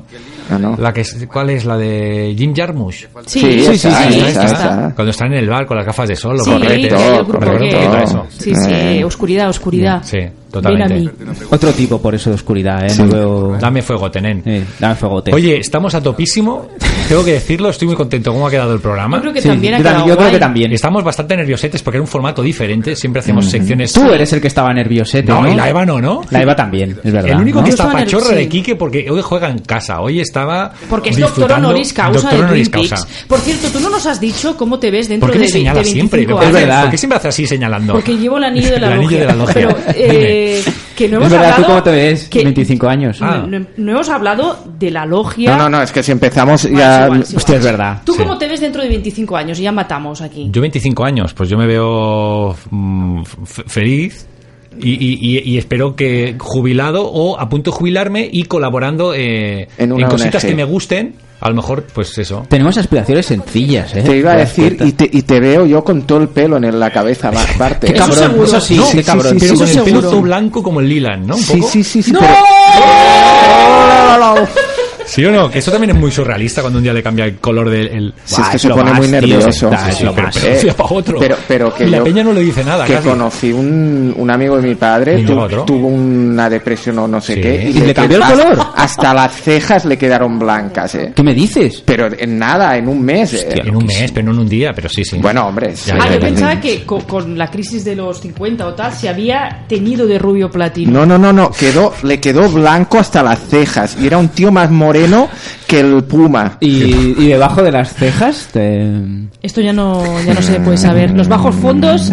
Ah,
la que es- ¿Cuál es? La de Jim Jarmusch.
Sí, Sí, sí, esa, sí, esa, esa,
esta, esta.
esa.
Cuando están en el bar con las gafas de sol, los
Sí,
gorretes.
que hay el grupo
Me recuerda un poquito a
que-
eso.
Sí, sí,
Eh.
oscuridad, oscuridad.
Sí, totalmente.
Ven a mí.
Otro tipo por eso de oscuridad, ¿eh? No veo-
Dame fuego, Tenen.
dame fuego, Tenen.
Oye, estamos a topísimo. Tengo que decirlo, estoy muy contento cómo ha quedado el programa.
Yo creo que Sí, también ha yo quedado
yo creo guay. que también.
Estamos bastante nerviosetes porque era un formato diferente. Siempre hacemos secciones.
Mm. Tú eres el que estaba nerviosete,
No,
¿no?
y la Eva no, ¿no?
La Eva también, es verdad.
El único
¿no?
que está pachorra de Quique porque hoy juega en casa. Hoy estaba.
Porque es doctor
disfrutando-
honoris causa
doctor
de
honoris
Twin
causa.
Peaks. Por cierto, tú no nos has dicho cómo te ves dentro
¿Por qué
de,
me
vi- de
señala
25
siempre? ¿Por qué-
años.
¿Por qué siempre hace así señalando?
Porque llevo el anillo de la
El anillo
logia.
de la logia.
Pero, eh, que no hemos
es verdad, ¿tú
hablado...
cómo te ves?
que-
25 años.
Ah.
no, no- no hemos hablado de la logia.
No, no, no, es que si empezamos ya.
Hostia, es verdad.
¿Tú cómo te ves dentro de 25 años? Ya matamos aquí.
Yo 25 años, pues yo me veo mm, f- feliz y, y- y- y espero que jubilado o a punto de jubilarme y colaborando eh, en,
una
cositas
ONG.
que me gusten, a lo mejor pues eso.
Tenemos aspiraciones sencillas, ¿eh?
Te iba a
Las
decir,
puertas.
y te, y te veo yo con todo el pelo en la cabeza, ¿eh? Bar- Barte.
Qué cabrón, Eso seguro. eso sí,
No,
qué cabrón.
Pero
sí,
con el pelo
seguro.
todo blanco como el Lilan, ¿no? Un
Sí,
poco.
sí, sí, sí,
¡No!
pero-
¿Sí o no? Que eso también es muy surrealista cuando un día le cambia el color del... el-
Si
Buah,
es que se
lo
pone
más,
muy
tío,
nervioso.
está, es lo
pero-
más.
eh,
Un día pa' otro.
Pero, pero que
y la
yo-
peña no le dice nada.
que
casi.
conocí un, un amigo de mi padre,
¿Y
tu-
no otro?
tuvo una depresión o no sé
Sí.
qué.
¿Y le cambió el
hasta-
color?
Hasta las cejas le quedaron blancas, ¿eh?
¿Qué me dices?
Pero en nada, en un mes. eh.
En un mes, pero no en un día, pero sí, sí.
Bueno, hombre. sí.
Ah, yo pensaba que co- con, la crisis de los 50 o tal se había teñido de rubio platino.
No, no, no, no. Quedó, le quedó blanco hasta las cejas. Y era un tío más moreno que el puma.
Y, y debajo de las cejas te...
Esto ya no, ya no se puede saber. Los bajos fondos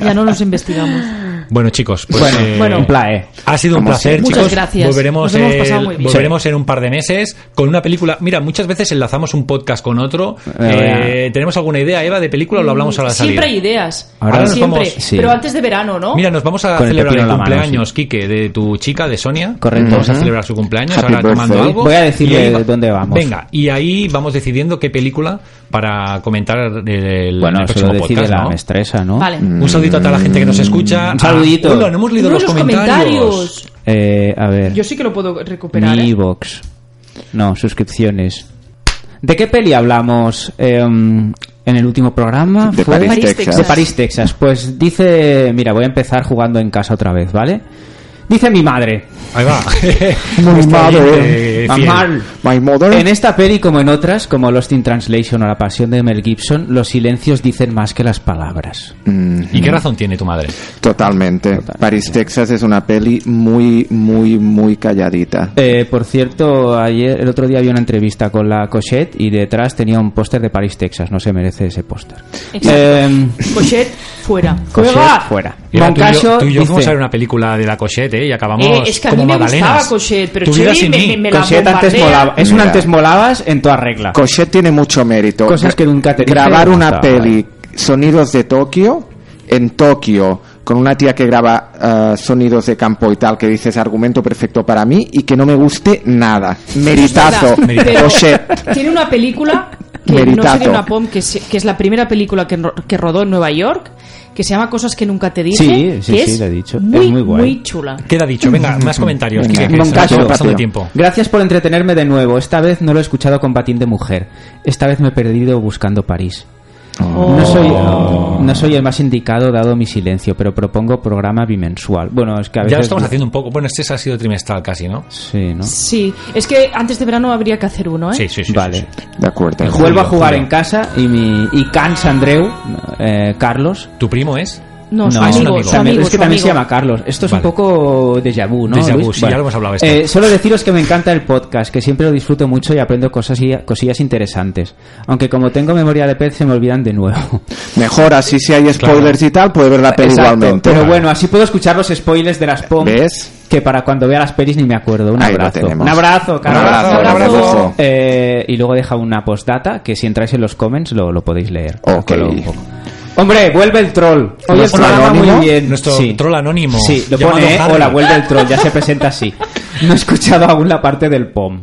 ya no los investigamos.
Bueno, chicos, pues,
Bueno,
eh,
bueno, un plae.
Ha sido un
Como
placer,
siempre.
chicos.
Muchas gracias.
Volveremos,
Nos hemos
el-
pasado muy bien.
volveremos en un par de meses con una película. Mira, muchas veces enlazamos un podcast con otro.
Eh,
Eh, ¿Tenemos alguna idea, Eva, de película o lo hablamos a la salida?
Siempre hay ideas.
Ahora nos
Siempre.
vamos- sí.
Pero antes de verano, ¿no?
Mira, nos vamos a
Con el
celebrar
pepino
el
en la mano,
cumpleaños, Quique, de tu chica, de Sonia.
Correcto.
Vamos a
Ujú.
celebrar su cumpleaños,
Happy
ahora tomando
birthday.
algo.
Voy a decirle
Y ahí va-
dónde vamos.
Venga, y ahí vamos decidiendo qué película para comentar el, el
Bueno, eso
próximo
lo decide
podcast,
la
¿no?
maestresa, ¿no?
Vale.
Un saludito a toda la gente que nos escucha.
Un saludito.
Ah, hola, no hemos leído
No,
los,
los
comentarios.
comentarios.
Eh, a ver.
Yo sí que lo puedo recuperar.
Mi
¿eh?
box. No, suscripciones. ¿De qué peli hablamos eh, en el último programa?
De París, París, Texas. Texas.
Ah, De París, Texas. Pues dice, mira, voy a empezar jugando en casa otra vez, ¿vale? Dice mi madre.
Ahí va. eh,
My
Nuestra
mother.
oyente fiel.
My mother.
En esta peli, como en otras, como Lost in Translation o La Pasión de Mel Gibson, los silencios dicen más que las palabras.
Mm.
¿Y qué razón tiene tu madre?
Totalmente. París, Texas es una peli muy, muy, muy calladita.
Eh, por cierto, ayer, el otro día había una entrevista con la Cochette y detrás tenía un póster de París, Texas. No se merece ese póster.
Exacto.
Eh,
Cochet, fuera. Eh,
Cochet,
¡Juega!
fuera.
Y ahora tú, y yo,
Moncayo
tú y yo
dice-
fuimos a ver una película de la Cochette, ¿eh? Y acabamos
Eh, es que a mí
como
me
magdalenas.
gustaba Cochet, pero
Tu vida
Chevy
sin
me,
mí.
me- me la
Cochet antes
bombardea.
molaba. "Ah, Es un
Mira.
antes molabas en toda regla.
Cochet tiene mucho mérito.
Cosas que nunca te dije,
Grabar una
no estaba
peli, sonidos de Tokio, en Tokio, con una tía que graba eh, sonidos de campo y tal, que dices argumento perfecto para mí y que no me guste nada. Meritazo.
Es verdad, pero
Cochet.
Tiene una película que no
Meritazo.
sería una POM, que, se- que es la primera película que, ro- que rodó en Nueva York, que se llama Cosas que nunca te dije.
Sí, sí,
que
sí,
es
lo he dicho. Es
Muy,
muy guay.
chula.
Queda dicho,
Mm,
venga, más comentarios. Quique, que se nos
Moncayo,
está pasando el tiempo.
Gracias por entretenerme de nuevo. Esta vez no lo he escuchado con patín de mujer. Esta vez me he perdido buscando París.
Oh.
No,
Oh.
soy, no soy el más indicado dado mi silencio, pero propongo programa bimensual. Bueno, es que a veces...
Ya lo estamos haciendo un poco. Bueno, este ha sido trimestral casi,
¿Eh?
¿no?
Sí, ¿no?
Sí, es que antes de verano habría que hacer uno, ¿eh?
Sí, sí, sí.
Vale.
De acuerdo.
Vuelvo a jugar
Julio.
en casa y mi y Cans Andreu, eh, Carlos,
¿Tu primo es?
No, su
Ah, es un
amigo,
amigo.
su amigo,
es que
su
también
amigo.
se llama Carlos. Esto es
Vale.
un poco déjà vu, ¿no?
Déjà vu,
Luis?
sí, ya lo hemos hablado esto.
Eh, solo deciros que me encanta el podcast, que siempre lo disfruto mucho y aprendo cosas y, cosillas interesantes. Aunque como tengo memoria de pez, se me olvidan de nuevo.
Mejor, así si hay spoilers y tal, puede ver la peli
Exacto,
igualmente.
Pero bueno, así puedo escuchar los spoilers de las POM. Que para cuando vea las pelis ni me acuerdo. Un
Ahí lo
abrazo.
tenemos.
Un abrazo, Carlos.
Un abrazo, un abrazo.
Eh, y luego deja una postdata que si entráis en los comments lo, lo podéis leer.
Ok.
Hombre, vuelve el troll. Hoy el
Nuestro
programa muy
anónimo,
bien.
nuestro troll anónimo,
Sí, lo
llamado
pone, eh,
Harry.
Hola, vuelve el troll. Ya se presenta así. No he escuchado aún la parte del POM.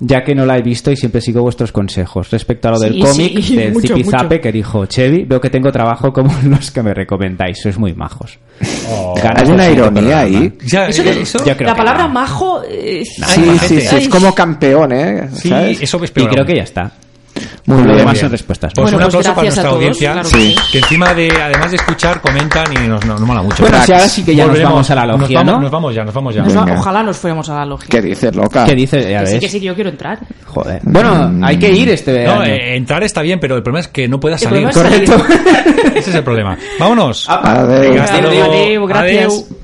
Ya que no la he visto y siempre sigo vuestros consejos. Respecto a lo del
Sí,
cómic,
sí,
del
mucho,
zipizape
mucho.
que dijo Chevy, veo que tengo trabajo como los que me recomendáis. Sois muy majos.
Oh.
Ganas
Hay
de
una
hacer otro
ironía
programa.
ahí. Ya,
Eso de-
Yo creo
la
que
palabra
no.
majo. eh,
Sí, sí, sí, es como campeón, ¿eh?
Sí,
¿Sabes?
eso es peor Y creo aún. que ya está.
Muy
Lo
bien.
demás son respuestas.
Pues
Bueno,
un
pues
aplauso para
gracias
nuestra
a todos,
audiencia,
claro que Sí.
que encima de, además de escuchar, comentan y nos, nos, nos mola mucho.
Bueno,
Cracks.
sí, ahora sí que ya nos
Volveremos.
vamos a la logia,
nos vamos,
¿no?
Nos vamos ya, nos vamos ya.
Nos va- Pues ojalá nos fuéramos a la logia.
¿Qué dices, loca?
¿Qué dices? Ya
Que sí,
ves.
que sí, que yo quiero entrar.
Joder. Bueno, hay que ir este verano.
No, eh, entrar está bien, pero el problema es que no puedas
El
salir.
problema es salir.
Ese es el problema. Vámonos.
Adeu.
Venga, hasta
Adeu,
luego.
adeu, gracias.
Adeu.